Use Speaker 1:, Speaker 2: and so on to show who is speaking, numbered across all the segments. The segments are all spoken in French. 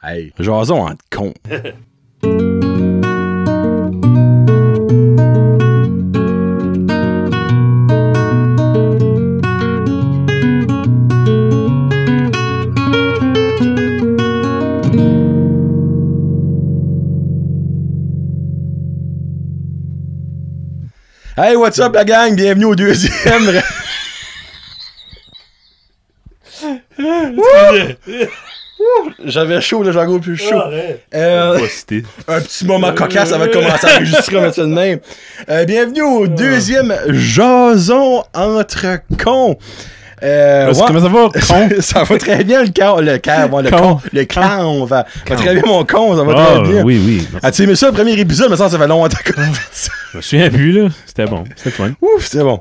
Speaker 1: Hey, jason en con. Hey, what's up la gang? Bienvenue au deuxième. ra- J'avais chaud, là, j'en gros plus chaud. Euh,
Speaker 2: Pas cité.
Speaker 1: un petit moment cocasse avant de commencer à enregistrer, on va mettre ça de même. Euh, bienvenue au deuxième Jason entre cons. Euh,
Speaker 2: Parce que
Speaker 1: ouais.
Speaker 2: Comment ça va, con?
Speaker 1: ça va très bien le con, le con, bon, le
Speaker 2: Con.
Speaker 1: con, le clan, va, va très bien mon con, ça va
Speaker 2: Ah,
Speaker 1: très bien.
Speaker 2: oui, oui.
Speaker 1: As-tu aimé ça, le premier épisode? Mais ça, ça fait longtemps qu'on a fait ça.
Speaker 2: Je me souviens plus, là. C'était bon. C'était fun.
Speaker 1: Ouf, c'est bon.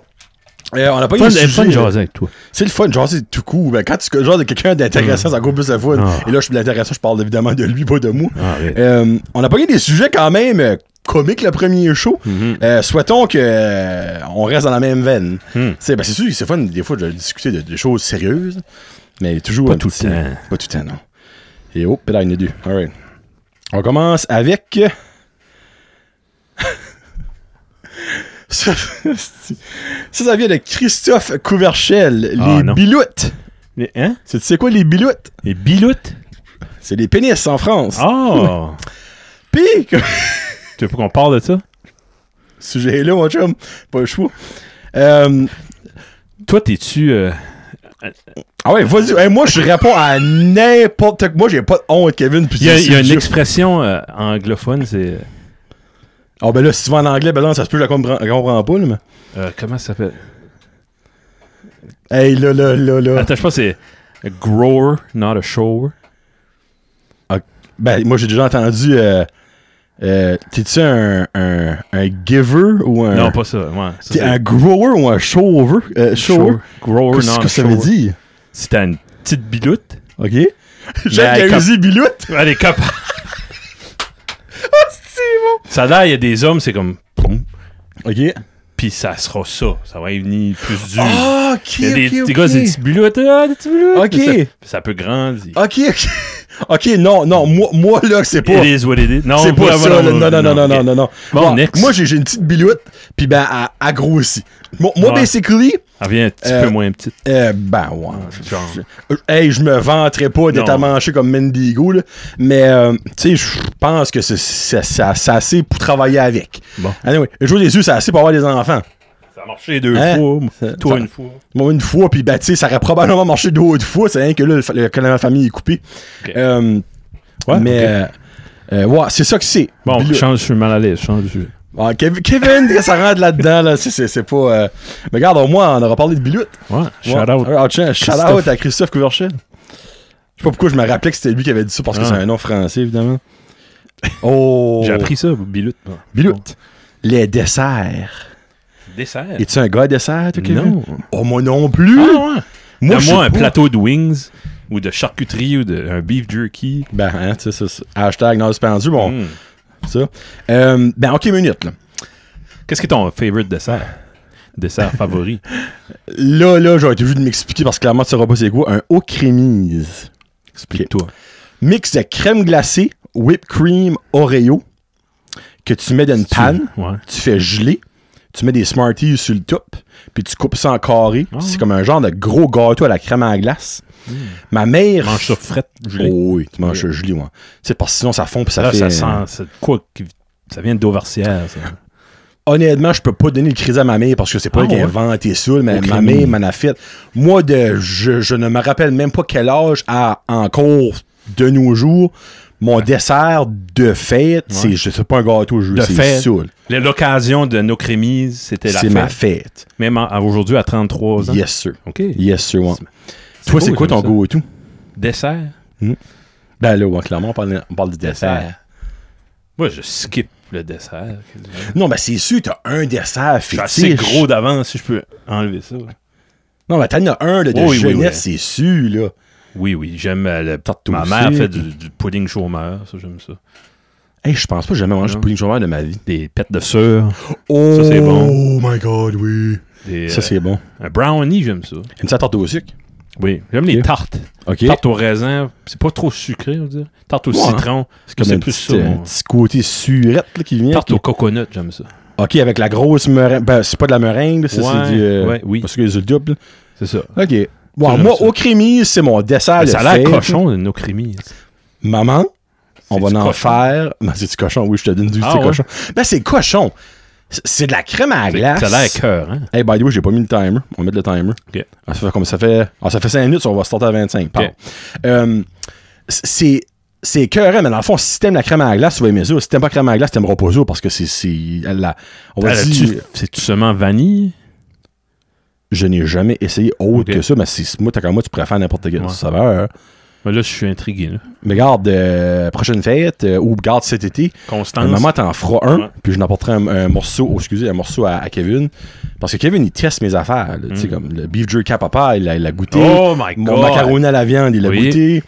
Speaker 1: Euh, on n'a pas eu
Speaker 2: Fun,
Speaker 1: de
Speaker 2: eh, fun
Speaker 1: sujet.
Speaker 2: de jaser avec toi.
Speaker 1: C'est le fun, genre, c'est tout cool. Ben, quand tu genre de quelqu'un d'intéressant, ça go plus la fun.
Speaker 2: Ah.
Speaker 1: Et là, je suis de l'intéressant, je parle évidemment de lui, pas de moi.
Speaker 2: Ah, oui.
Speaker 1: Euh, on a pogné des sujets quand même euh, comiques le premier show.
Speaker 2: Mhm.
Speaker 1: Euh, souhaitons que euh, on reste dans la même veine.
Speaker 2: Hmm.
Speaker 1: C'est ben, c'est sûr que c'est fun des fois de discuter de, de choses sérieuses, mais toujours
Speaker 2: Pas
Speaker 1: un
Speaker 2: tout le
Speaker 1: petit-
Speaker 2: temps.
Speaker 1: Pas tout le temps non. Et hop, là il y en a deux. All right. On commence avec ça, ça, ça vient de Christophe Couverchel,
Speaker 2: Ah,
Speaker 1: les
Speaker 2: non.
Speaker 1: biloutes.
Speaker 2: Mais, hein?
Speaker 1: C'est tu sais quoi les biloutes
Speaker 2: Les biloutes?
Speaker 1: C'est les pénis en France.
Speaker 2: Ah!
Speaker 1: Pis, que-
Speaker 2: tu veux pas qu'on parle de ça?
Speaker 1: sujet-là, mon chum. Pas le choix. Euh,
Speaker 2: Toi, t'es-tu. euh,
Speaker 1: ah ouais, vas-y. Hey, moi, je réponds à n'importe quoi. Moi, j'ai pas de honte, Kevin. puis
Speaker 2: Il y a,
Speaker 1: c'est-
Speaker 2: il y a
Speaker 1: c'est
Speaker 2: une
Speaker 1: le jeu.
Speaker 2: expression euh, anglophone, c'est. euh,
Speaker 1: Ah, ben là, si tu vas en anglais, ben là, ça se peut, je la comprends, je la comprends pas, là, mais.
Speaker 2: euh, comment ça s'appelle?
Speaker 1: Hey, là, là, là, là.
Speaker 2: Attends, je pense que c'est. a grower, not a shower.
Speaker 1: Ben, moi, j'ai déjà entendu. Euh, euh, T'es-tu un, un, un giver ou un.
Speaker 2: Non, pas ça. Ouais, ça,
Speaker 1: T'es
Speaker 2: c'est-
Speaker 1: un grower ou un shower? Euh, shower?
Speaker 2: Grower,
Speaker 1: Qu'est-ce
Speaker 2: not
Speaker 1: que
Speaker 2: a
Speaker 1: ça veut
Speaker 2: shower.
Speaker 1: dire?
Speaker 2: Si t'as une petite biloute,
Speaker 1: OK? Jacques
Speaker 2: comme-
Speaker 1: Galuzi Biloute?
Speaker 2: Elle est capable. Ça a l'air, il y a des hommes, c'est comme. Poum,
Speaker 1: OK.
Speaker 2: puis ça sera ça. Ça va venir plus dur.
Speaker 1: Ah, OK,
Speaker 2: il y a des,
Speaker 1: OK,
Speaker 2: des
Speaker 1: OK.
Speaker 2: gars, c'est des petits bulottes. Ah, des petits bulottes.
Speaker 1: Ok. Ah,
Speaker 2: Puis Ça, puis ça peut grandir.
Speaker 1: Ok, ok. Ok, non, non, moi, moi là, c'est pas.
Speaker 2: It is what it is. Non,
Speaker 1: C'est pas
Speaker 2: voilà,
Speaker 1: ça,
Speaker 2: voilà,
Speaker 1: là. non, non, non, non, non,
Speaker 2: ok.
Speaker 1: non, non.
Speaker 2: Bon,
Speaker 1: Moi-
Speaker 2: next.
Speaker 1: Moi, j'ai j'ai une petite bilouette, puis ben, elle, elle grossit. Moi, moi
Speaker 2: Ouais.
Speaker 1: basically,
Speaker 2: Elle vient un petit
Speaker 1: Euh,
Speaker 2: peu moins petite.
Speaker 1: euh, ben, ouais.
Speaker 2: Genre.
Speaker 1: Euh, Hey, je me vanterais pas d'être
Speaker 2: Non.
Speaker 1: à manger comme Mendigo, là. Mais, euh, tu sais, je pense que c'est- c'est c'est- c'est assez pour travailler avec.
Speaker 2: Bon.
Speaker 1: Anyway, le jour des yeux, c'est assez pour avoir des enfants.
Speaker 2: Ça a marché deux
Speaker 1: Hein?
Speaker 2: fois.
Speaker 1: Ça-
Speaker 2: Toi,
Speaker 1: ça-
Speaker 2: une fois.
Speaker 1: Moi, une fois, puis ben, tu sais, ça aurait probablement marché deux autres fois. C'est rien que là, le, fa- le- que la famille est coupée.
Speaker 2: Ok.
Speaker 1: Euh,
Speaker 2: Ouais,
Speaker 1: mais,
Speaker 2: ok.
Speaker 1: euh, euh, ouais, c'est ça que c'est.
Speaker 2: Bon,
Speaker 1: Bilouette.
Speaker 2: change, je suis mal à l'aise. Change de sujet.
Speaker 1: Ah, Kev- Kevin, que ça rentre là-dedans, là, c'est- c'est c'est pas. euh, Mais regarde, au moins, on aura parlé de Biloute.
Speaker 2: Ouais, shout
Speaker 1: Ouais.
Speaker 2: out.
Speaker 1: Ah, tiens, shout out
Speaker 2: Christophe.
Speaker 1: à Christophe Couverchel. Je sais pas pourquoi je me rappelais que c'était lui qui avait dit ça parce que
Speaker 2: Ah.
Speaker 1: c'est un nom français, évidemment. Oh!
Speaker 2: J'ai appris ça, Biloute. Bon.
Speaker 1: Biloute. Les desserts.
Speaker 2: Dessert.
Speaker 1: Es-tu un gars dessert, toi, Kevin?
Speaker 2: Non.
Speaker 1: Oh, moi non plus!
Speaker 2: Ah, ouais. Moi,
Speaker 1: je
Speaker 2: moi
Speaker 1: sais
Speaker 2: un
Speaker 1: pas.
Speaker 2: plateau de wings ou de charcuterie ou de, un beef jerky.
Speaker 1: Ben, hein, tu sais, ça, ça- hashtag non suspendu, bon,
Speaker 2: Mm.
Speaker 1: ça. Euh, ben, ok, minute, là.
Speaker 2: Qu'est-ce que ton favorite dessert? Dessert favori.
Speaker 1: Là, là, j'aurais été obligé de m'expliquer parce que clairement, tu sauras pas c'est quoi. Un haut crémise.
Speaker 2: Explique-toi.
Speaker 1: mix de crème glacée, whipped cream, Oreo, que tu mets dans une panne,
Speaker 2: Ouais.
Speaker 1: tu fais geler, tu mets des Smarties sur le top, puis tu coupes ça en carré.
Speaker 2: Ah. Hmm.
Speaker 1: C'est comme un genre de gros gâteau à la crème à glace. Ma mère...
Speaker 2: Mange ça frette, gelé.
Speaker 1: Oh oui, tu manges ça gelé, ouais. C'est parce que sinon ça fond puis ça
Speaker 2: Là,
Speaker 1: fait... euh,
Speaker 2: ça sent. c'est quoi qui- Ça vient de Dauversière, ça.
Speaker 1: Honnêtement, je peux pas donner le crédit à ma mère parce que c'est pas
Speaker 2: Ah,
Speaker 1: elle qui a
Speaker 2: ouais.
Speaker 1: inventé ça, mais
Speaker 2: Au
Speaker 1: ma
Speaker 2: crémi.
Speaker 1: mère m'en a fait. Moi, de, je, je ne me rappelle même pas quel âge à encore de nos jours. Mon dessert de fête, c'est je sais pas un gâteau, je
Speaker 2: De
Speaker 1: c'est
Speaker 2: fête.
Speaker 1: ça, là.
Speaker 2: L- L'occasion de nos crémises, c'était la
Speaker 1: C'est
Speaker 2: fête.
Speaker 1: ma fête.
Speaker 2: Même en- aujourd'hui, à 33 ans.
Speaker 1: Yes sir.
Speaker 2: OK.
Speaker 1: Yes sir. ouais.
Speaker 2: C'est
Speaker 1: Toi,
Speaker 2: beau,
Speaker 1: c'est quoi ton
Speaker 2: j'aime ça.
Speaker 1: go et tout
Speaker 2: Dessert?
Speaker 1: Ben là, ouais, clairement, on parle, on parle du dessert.
Speaker 2: Moi, je skip le dessert.
Speaker 1: Non, ben c'est sûr, t'as un dessert
Speaker 2: Je suis
Speaker 1: fétiche.
Speaker 2: assez gros d'avance si je peux enlever ça.
Speaker 1: Non, ben t'en as un là, de
Speaker 2: Oui, oui,
Speaker 1: jeunesse, c'est sûr là.
Speaker 2: Oui, oui, j'aime euh, le...
Speaker 1: Tarte
Speaker 2: Ma
Speaker 1: au
Speaker 2: mère
Speaker 1: sucre.
Speaker 2: fait du, du pudding chômeur, ça, j'aime ça.
Speaker 1: Hey, je pense pas que j'ai jamais mangé de
Speaker 2: Non.
Speaker 1: pudding chômeur de ma vie.
Speaker 2: Des pêtes de sœur.
Speaker 1: Oh,
Speaker 2: Ça, c'est bon.
Speaker 1: Oh my god, oui.
Speaker 2: Des,
Speaker 1: Ça,
Speaker 2: euh,
Speaker 1: c'est bon.
Speaker 2: un brownie, j'aime ça.
Speaker 1: Une petite tarte au sucre.
Speaker 2: Oui, j'aime les
Speaker 1: Ok.
Speaker 2: tartes.
Speaker 1: OK?
Speaker 2: Tarte au raisin, c'est pas trop sucré, on dirait. Tarte au
Speaker 1: Ouais. hein.
Speaker 2: citron,
Speaker 1: C'est
Speaker 2: c'est
Speaker 1: un
Speaker 2: plus
Speaker 1: petit,
Speaker 2: ça,
Speaker 1: euh,
Speaker 2: moi.
Speaker 1: petit côté surette là, qui vient.
Speaker 2: tarte
Speaker 1: qui-
Speaker 2: au coconut, j'aime ça.
Speaker 1: OK, avec la grosse meringue. Ben, c'est pas de la meringue, là, ça,
Speaker 2: Ouais,
Speaker 1: c'est du... euh,
Speaker 2: ouais, oui.
Speaker 1: Parce que les œufs doubles.
Speaker 2: C'est ça.
Speaker 1: OK. Bon,
Speaker 2: j'aime
Speaker 1: moi,
Speaker 2: ça. Ben,
Speaker 1: au crémi, c'est mon dessert.
Speaker 2: ça
Speaker 1: de
Speaker 2: a l'air
Speaker 1: fête.
Speaker 2: cochon, de nos crémies.
Speaker 1: Maman, on
Speaker 2: C'est
Speaker 1: va
Speaker 2: du
Speaker 1: en
Speaker 2: cochon.
Speaker 1: faire. Ben, c'est du cochon, oui, je te donne du
Speaker 2: Ah
Speaker 1: c'est
Speaker 2: ouais?
Speaker 1: cochon. Ben, c'est cochon. C'est- C'est de la crème à la glace.
Speaker 2: Ça a l'air cœur, hein?
Speaker 1: Hey, by the way, j'ai pas mis le timer. On va mettre le timer.
Speaker 2: Ok.
Speaker 1: Ah, ça fait comme ça fait. ah, ça fait 5 minutes, on va starter à 25. pardon. Euh, c'est. C'est écœurant, mais dans le fond, si t'aimes la crème à la glace, tu vas aimer ça. Si t'aimes pas la crème à la glace, t'aimeras pas ça parce que c'est. c'est- elle la- On va
Speaker 2: Ah,
Speaker 1: dire-
Speaker 2: là-dessus, C'est-tu seulement vanille?
Speaker 1: Je n'ai jamais essayé autre
Speaker 2: Ok.
Speaker 1: que ça, mais c'est moi, t'as comme moi, tu pourrais faire n'importe quelle
Speaker 2: Ouais.
Speaker 1: saveur.
Speaker 2: Mais là, je suis intrigué. Là.
Speaker 1: Mais garde, euh, prochaine fête, euh, ou garde cet été,
Speaker 2: Constance.
Speaker 1: maman t'en feras un,
Speaker 2: Ouais.
Speaker 1: puis je n'apporterai un, un morceau, oh, excusez, un morceau à, à Kevin. Parce que Kevin, il teste mes affaires. là, Tu sais, comme le beef jerky à papa, il l'a il l'a goûté.
Speaker 2: Mm. Oh my
Speaker 1: Mon
Speaker 2: God.
Speaker 1: macaroni à la viande, il l'a
Speaker 2: Oui.
Speaker 1: goûté.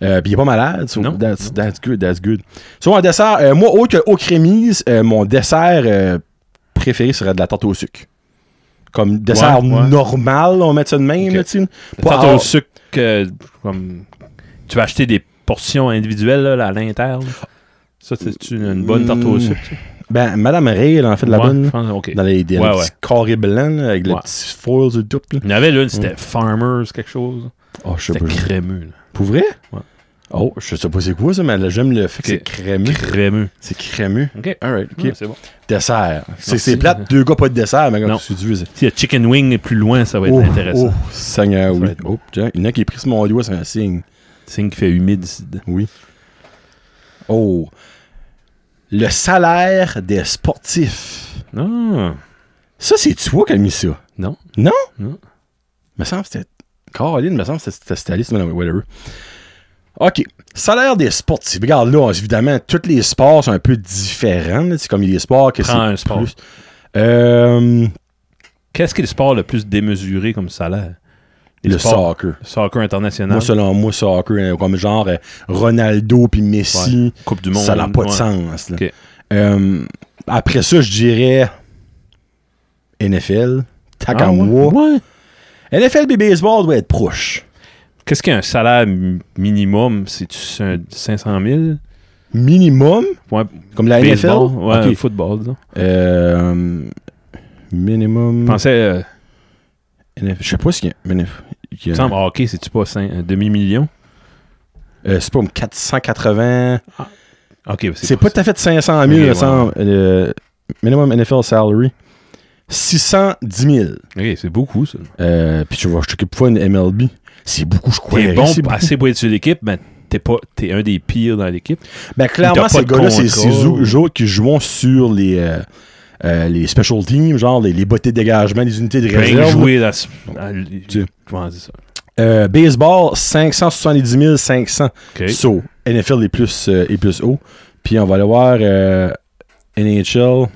Speaker 1: Euh, puis il est pas malade. so
Speaker 2: Non.
Speaker 1: That's, that's good, that's good. Sur un dessert, euh, moi, autre que au crémise, euh, mon dessert euh, préféré serait de la tarte au sucre. Comme dessert
Speaker 2: Ouais, ouais.
Speaker 1: normal, on met ça de même,
Speaker 2: Ok.
Speaker 1: là, tu sais. Pas- oh,
Speaker 2: Tarte au sucre, euh, comme, tu vas acheter des portions individuelles là, à l'interne. Ça, c'est une, une bonne tarte au
Speaker 1: Mm.
Speaker 2: sucre. ça?
Speaker 1: Ben, Madame Ray, elle en fait de la
Speaker 2: Ouais,
Speaker 1: bonne.
Speaker 2: je pense, OK.
Speaker 1: Dans les, des,
Speaker 2: Ouais,
Speaker 1: le
Speaker 2: ouais.
Speaker 1: petit carré blanc, là, avec le
Speaker 2: Ouais.
Speaker 1: petit foil du double. là.
Speaker 2: Il y en avait là, une, c'était Farmers, quelque chose.
Speaker 1: Oh, Mm. je sais
Speaker 2: C'était
Speaker 1: pas.
Speaker 2: crémeux. là.
Speaker 1: Pour vrai?
Speaker 2: Ouais.
Speaker 1: Oh, je sais pas c'est quoi ça, mais là, j'aime le fait que c'est
Speaker 2: Ok.
Speaker 1: crémeux.
Speaker 2: Crémeux.
Speaker 1: C'est crémeux.
Speaker 2: OK.
Speaker 1: Alright, ok.
Speaker 2: Ouais, c'est bon.
Speaker 1: Dessert. C'est,
Speaker 2: Merci.
Speaker 1: c'est plate, deux gars pas de dessert, mais comme
Speaker 2: Non.
Speaker 1: tu dis, c'est-
Speaker 2: Si le chicken wing est plus loin, ça va être
Speaker 1: oh,
Speaker 2: intéressant.
Speaker 1: Oh, Seigneur,
Speaker 2: Ça
Speaker 1: oui.
Speaker 2: va être
Speaker 1: Oh, tiens, il y en a qui est pris sur mon doigt, c'est un signe.
Speaker 2: Signe qui fait humide ici. dedans.
Speaker 1: Oui. Oh. Le salaire des sportifs.
Speaker 2: Non.
Speaker 1: Ça, c'est toi qui as mis ça.
Speaker 2: Non.
Speaker 1: Non?
Speaker 2: Non.
Speaker 1: Me semble que c'était. Caroline, me semble que c'était c'était Alice, mais non, whatever. OK. Salaire des sportifs. Regarde, là, évidemment, tous les sports sont un peu différents. là. C'est comme il y a des sports que c'est.
Speaker 2: Prends un sport.
Speaker 1: plus- Euh,
Speaker 2: Qu'est-ce qui est le sport le plus démesuré comme salaire? Les
Speaker 1: le
Speaker 2: sports-
Speaker 1: soccer.
Speaker 2: le Soccer international.
Speaker 1: Moi, selon moi, soccer, euh, comme genre euh, Ronaldo puis Messi,
Speaker 2: Coupe du monde.
Speaker 1: ça n'a pas de
Speaker 2: ouais.
Speaker 1: sens. là.
Speaker 2: Ok.
Speaker 1: Euh, après ça, je dirais NFL. Tac
Speaker 2: Ah,
Speaker 1: en moi.
Speaker 2: ouais. Ouais.
Speaker 1: NFL et baseball doit être proche.
Speaker 2: Qu'est-ce qu'un salaire mi- minimum? C'est-tu un 500 000?
Speaker 1: Minimum,
Speaker 2: Ouais,
Speaker 1: comme la
Speaker 2: baseball,
Speaker 1: NFL.
Speaker 2: Ouais,
Speaker 1: Ok.
Speaker 2: football, disons.
Speaker 1: Euh, minimum.
Speaker 2: Je pensais, euh,
Speaker 1: NF Je sais pas s'il y a. minif- il
Speaker 2: il
Speaker 1: y
Speaker 2: me
Speaker 1: a-
Speaker 2: semble, hockey, c'est-tu pas cin- un demi-million?
Speaker 1: Euh, c'est pas comme 480.
Speaker 2: Ok,
Speaker 1: C'est pas tout à fait 500 000,
Speaker 2: Ok,
Speaker 1: il me
Speaker 2: ouais.
Speaker 1: semble. Euh, minimum NFL salary. 610 000.
Speaker 2: Ok, c'est beaucoup, ça.
Speaker 1: Euh, puis tu vois, je t'occupe pas une MLB. C'est beaucoup, je crois.
Speaker 2: T'es bon,
Speaker 1: c'est beaucoup.
Speaker 2: assez pour être sur l'équipe, mais t'es pas, t'es un des pires dans l'équipe.
Speaker 1: Ben, clairement,
Speaker 2: T'as pas
Speaker 1: ces
Speaker 2: de
Speaker 1: gars-là, c'est
Speaker 2: contrat.
Speaker 1: ces jou- joueurs qui jouent sur les, euh, euh, les special teams, genre les, les bottés de dégagement, les unités de
Speaker 2: Rien que
Speaker 1: réserve.
Speaker 2: jouer dans ce- dans l-
Speaker 1: Tu-
Speaker 2: Comment dire ça?
Speaker 1: Euh, baseball, 570 500.
Speaker 2: Ok.
Speaker 1: So, NFL est plus, euh, est plus haut. Puis on va aller voir euh, NHL.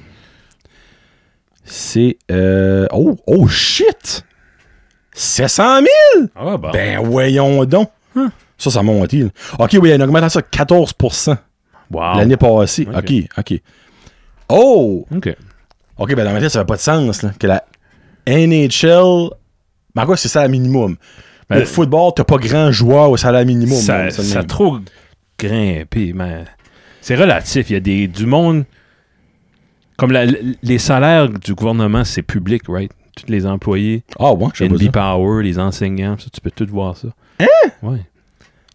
Speaker 1: C'est. euh, oh, oh shit! 700 000!
Speaker 2: Ah, bah.
Speaker 1: Ben voyons donc!
Speaker 2: Hein?
Speaker 1: Ça, ça a monté. là. Ok, oui, il y a une augmentation de 14
Speaker 2: wow.
Speaker 1: l'année passée.
Speaker 2: Ah. Ok.
Speaker 1: Ok, ok. Oh!
Speaker 2: Ok.
Speaker 1: Ok, ben dans ma tête, ça fait pas de sens là, que la NHL. Ben quoi, c'est ça la minimum.
Speaker 2: Ben,
Speaker 1: Au football, t'as pas grand joueur au salaire minimum.
Speaker 2: ça,
Speaker 1: là,
Speaker 2: ça,
Speaker 1: le
Speaker 2: a
Speaker 1: même.
Speaker 2: trop grimpé, mais c'est relatif. Il y a des, du monde. Comme la- l- les salaires du gouvernement, c'est public, right? Tous les employés,
Speaker 1: Ah ouais, je sais pas ça.
Speaker 2: NB Power, les enseignants, ça, tu peux tout voir ça. Hein? Ouais.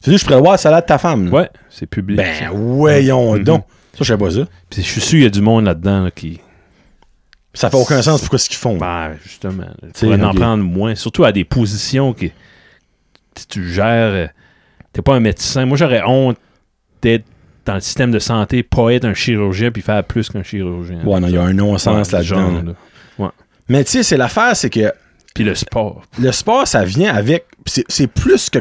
Speaker 1: Tu dis, je pourrais voir le salaire de ta femme. là.
Speaker 2: Ouais, c'est public.
Speaker 1: Ben, voyons
Speaker 2: Mhm.
Speaker 1: donc. Ça, je sais pas ça.
Speaker 2: Puis je suis sûr, il y a du monde là-dedans là, qui.
Speaker 1: Ça fait aucun sens pourquoi ce qu'ils font.
Speaker 2: Ben, justement, là, tu
Speaker 1: T'sais,
Speaker 2: pourrais en
Speaker 1: ok.
Speaker 2: prendre moins. Surtout à des positions qui. Si tu gères. euh, T'es pas un médecin. Moi, j'aurais honte d'être dans le système de santé, pas être un chirurgien puis faire plus qu'un chirurgien.
Speaker 1: ouais, non, il y a un
Speaker 2: Ouais,
Speaker 1: non-sens
Speaker 2: ce
Speaker 1: là-dedans.
Speaker 2: genre,
Speaker 1: là.
Speaker 2: là.
Speaker 1: Mais tu sais, c'est l'affaire, c'est que
Speaker 2: Puis le sport.
Speaker 1: le sport, ça vient avec. pis C'est c'est plus que.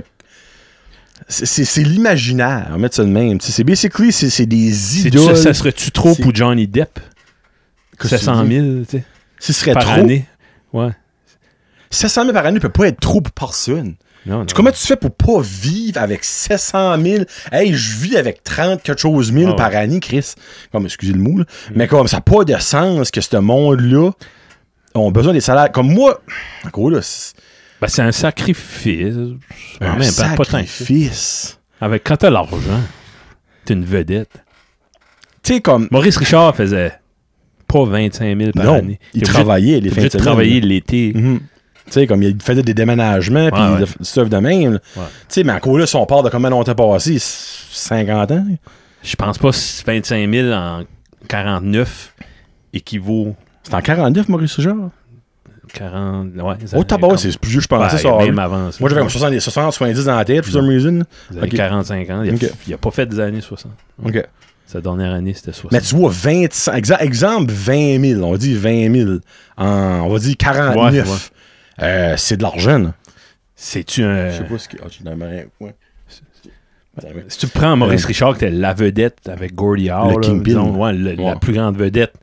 Speaker 1: c'est- C'est c'est l'imaginaire, on met ça de même. Tu sais, C'est basically, c'est c'est des
Speaker 2: C'est-tu-
Speaker 1: idoles.
Speaker 2: ça serait-tu trop
Speaker 1: C'est-
Speaker 2: pour Johnny Depp?
Speaker 1: que tu
Speaker 2: 700
Speaker 1: dis.
Speaker 2: 000, tu sais,
Speaker 1: Ce serait
Speaker 2: par
Speaker 1: trop.
Speaker 2: année. Ouais.
Speaker 1: 700 000 par année peut pas être trop pour personne.
Speaker 2: Non, non.
Speaker 1: Tu- Comment tu fais pour pas vivre avec 700 000? Hey, je vis avec 30 quelque chose mille
Speaker 2: Ah ouais.
Speaker 1: par année, Chris. Comme, excusez le mot, là. Mais comme, ça n'a pas de sens que ce monde-là ont besoin des salaires. Comme moi, en gros, là, c'est-
Speaker 2: Ben, c'est un sacrifice. En
Speaker 1: Un
Speaker 2: même temps, Ah, pas tant que ça.
Speaker 1: sacrifice.
Speaker 2: Avec quand t'as l'argent, t'es une vedette.
Speaker 1: Tu sais, comme.
Speaker 2: Maurice Richard faisait pas 25 000 par
Speaker 1: Non,
Speaker 2: année.
Speaker 1: il
Speaker 2: T'es obligé de-
Speaker 1: travaillait
Speaker 2: t'es
Speaker 1: les fins de
Speaker 2: obligé de
Speaker 1: semaine.
Speaker 2: travailler l'été.
Speaker 1: Mhm. Tu sais, comme il faisait des déménagements, puis
Speaker 2: Ouais, ouais.
Speaker 1: des stuff de même. là.
Speaker 2: Ouais.
Speaker 1: Tu sais, mais encore là, si on part de combien longtemps passé, 50 ans.
Speaker 2: Je pense pas si 25 000 en 49 équivaut
Speaker 1: C'est en 49, Maurice Richard.
Speaker 2: 40. Ouais, ça-
Speaker 1: Au tabac,
Speaker 2: comme-
Speaker 1: c'est plus vieux, je
Speaker 2: Ouais,
Speaker 1: pensais ça.
Speaker 2: Même Mm. avant. ça.
Speaker 1: Moi, j'avais comme 60, 60, 70 dans la tête, for some reason.
Speaker 2: Vous avez
Speaker 1: Ok.
Speaker 2: 45 ans. Il a,
Speaker 1: Ok.
Speaker 2: il a pas fait des années 60.
Speaker 1: OK.
Speaker 2: Sa dernière année, c'était 60.
Speaker 1: Mais tu vois, 25, exa- exemple 20 000, on dit 20 000, en- on va dire 49.
Speaker 2: Ouais, ouais.
Speaker 1: Euh, c'est de l'argent, là.
Speaker 2: C'est-tu un.
Speaker 1: Je sais pas ce qui. Ah, tu n'as rien. Ouais.
Speaker 2: Si tu prends Maurice
Speaker 1: Euh,
Speaker 2: Richard, qui était la vedette avec Gordy Howe,
Speaker 1: le
Speaker 2: là,
Speaker 1: kingpin.
Speaker 2: disons, ouais, le-
Speaker 1: Ouais.
Speaker 2: la plus grande vedette,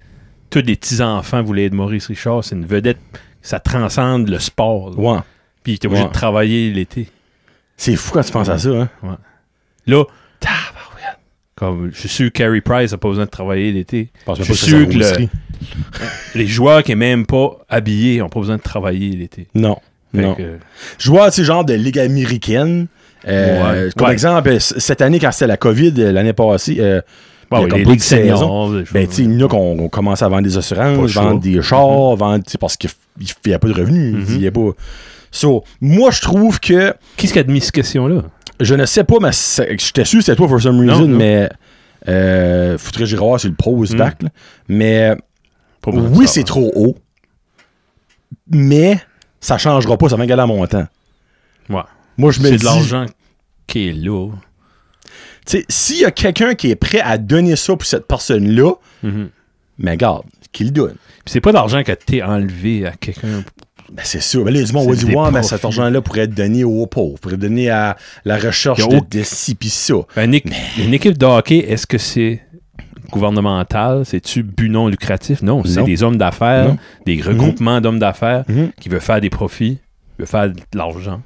Speaker 2: tous les petits-enfants voulaient être Maurice Richard. C'est une vedette, ça transcende le sport. là.
Speaker 1: Ouais.
Speaker 2: Puis tu obligé
Speaker 1: Ouais.
Speaker 2: de travailler l'été.
Speaker 1: C'est fou quand tu penses à ça, hein.
Speaker 2: Là, tabarouette, comme, je suis sûr que Carey Price n'a pas besoin de travailler l'été.
Speaker 1: Pense
Speaker 2: Je
Speaker 1: même pas
Speaker 2: suis
Speaker 1: c'est
Speaker 2: sûr
Speaker 1: sa
Speaker 2: que le-
Speaker 1: rousserie.
Speaker 2: Les joueurs qui n'est même pas habillés n'ont pas besoin de travailler l'été.
Speaker 1: Non.
Speaker 2: Fait
Speaker 1: Non.
Speaker 2: que,
Speaker 1: Je vois, tu sais, genre de ligue américaine. Euh,
Speaker 2: Ouais.
Speaker 1: Comme
Speaker 2: Ouais.
Speaker 1: exemple, euh, c- cette année, quand c'était la COVID, euh, l'année passée, euh, Il
Speaker 2: bon,
Speaker 1: y a
Speaker 2: oui,
Speaker 1: comme
Speaker 2: les
Speaker 1: pas de
Speaker 2: ligues
Speaker 1: saison.
Speaker 2: seniors, des choses-
Speaker 1: ben, tu sais, il y en a qu'on on commence à vendre des
Speaker 2: Pas le
Speaker 1: assurances,
Speaker 2: choix. Mm-hmm.
Speaker 1: vendre des chars, vendre, tu sais, parce qu'il n'y a pas de revenus. Il y a pas. So, moi, je trouve que,
Speaker 2: Qui est-ce qui a admis cette question-là?
Speaker 1: je ne sais pas, mais c'est- j'étais sûr que c'était toi, for some reason,
Speaker 2: Non, non.
Speaker 1: mais, euh, faudrait que j'y revoie sur le pause
Speaker 2: Mhm.
Speaker 1: back, là. Mais,
Speaker 2: Pas besoin de
Speaker 1: oui,
Speaker 2: savoir.
Speaker 1: c'est trop haut, mais ça changera pas, ça va gagner à mon temps.
Speaker 2: Ouais.
Speaker 1: Moi, je me
Speaker 2: C'est
Speaker 1: dis,
Speaker 2: de
Speaker 1: tu
Speaker 2: l'argent qui est là.
Speaker 1: sais, s'il y a quelqu'un qui est prêt à donner ça pour cette personne-là,
Speaker 2: Mhm.
Speaker 1: mais garde, qu'il le donne.
Speaker 2: Puis c'est pas d'argent que t'es enlevé à quelqu'un.
Speaker 1: Ben, c'est sûr. Ben, là, du monde va
Speaker 2: C'est
Speaker 1: dire,
Speaker 2: des
Speaker 1: ouais, mais
Speaker 2: profits.
Speaker 1: cet argent-là pourrait être donné aux pauvres, pourrait être donné à la recherche
Speaker 2: Y a
Speaker 1: de,
Speaker 2: aucun-
Speaker 1: de ci pis ça.
Speaker 2: Un é- Ben, Une équipe de hockey, est-ce que c'est gouvernemental? C'est-tu but non lucratif? Non, c'est
Speaker 1: Non.
Speaker 2: des hommes d'affaires,
Speaker 1: Non.
Speaker 2: des regroupements d'hommes d'affaires
Speaker 1: Mhm.
Speaker 2: qui veulent faire des profits, veulent faire de l'argent.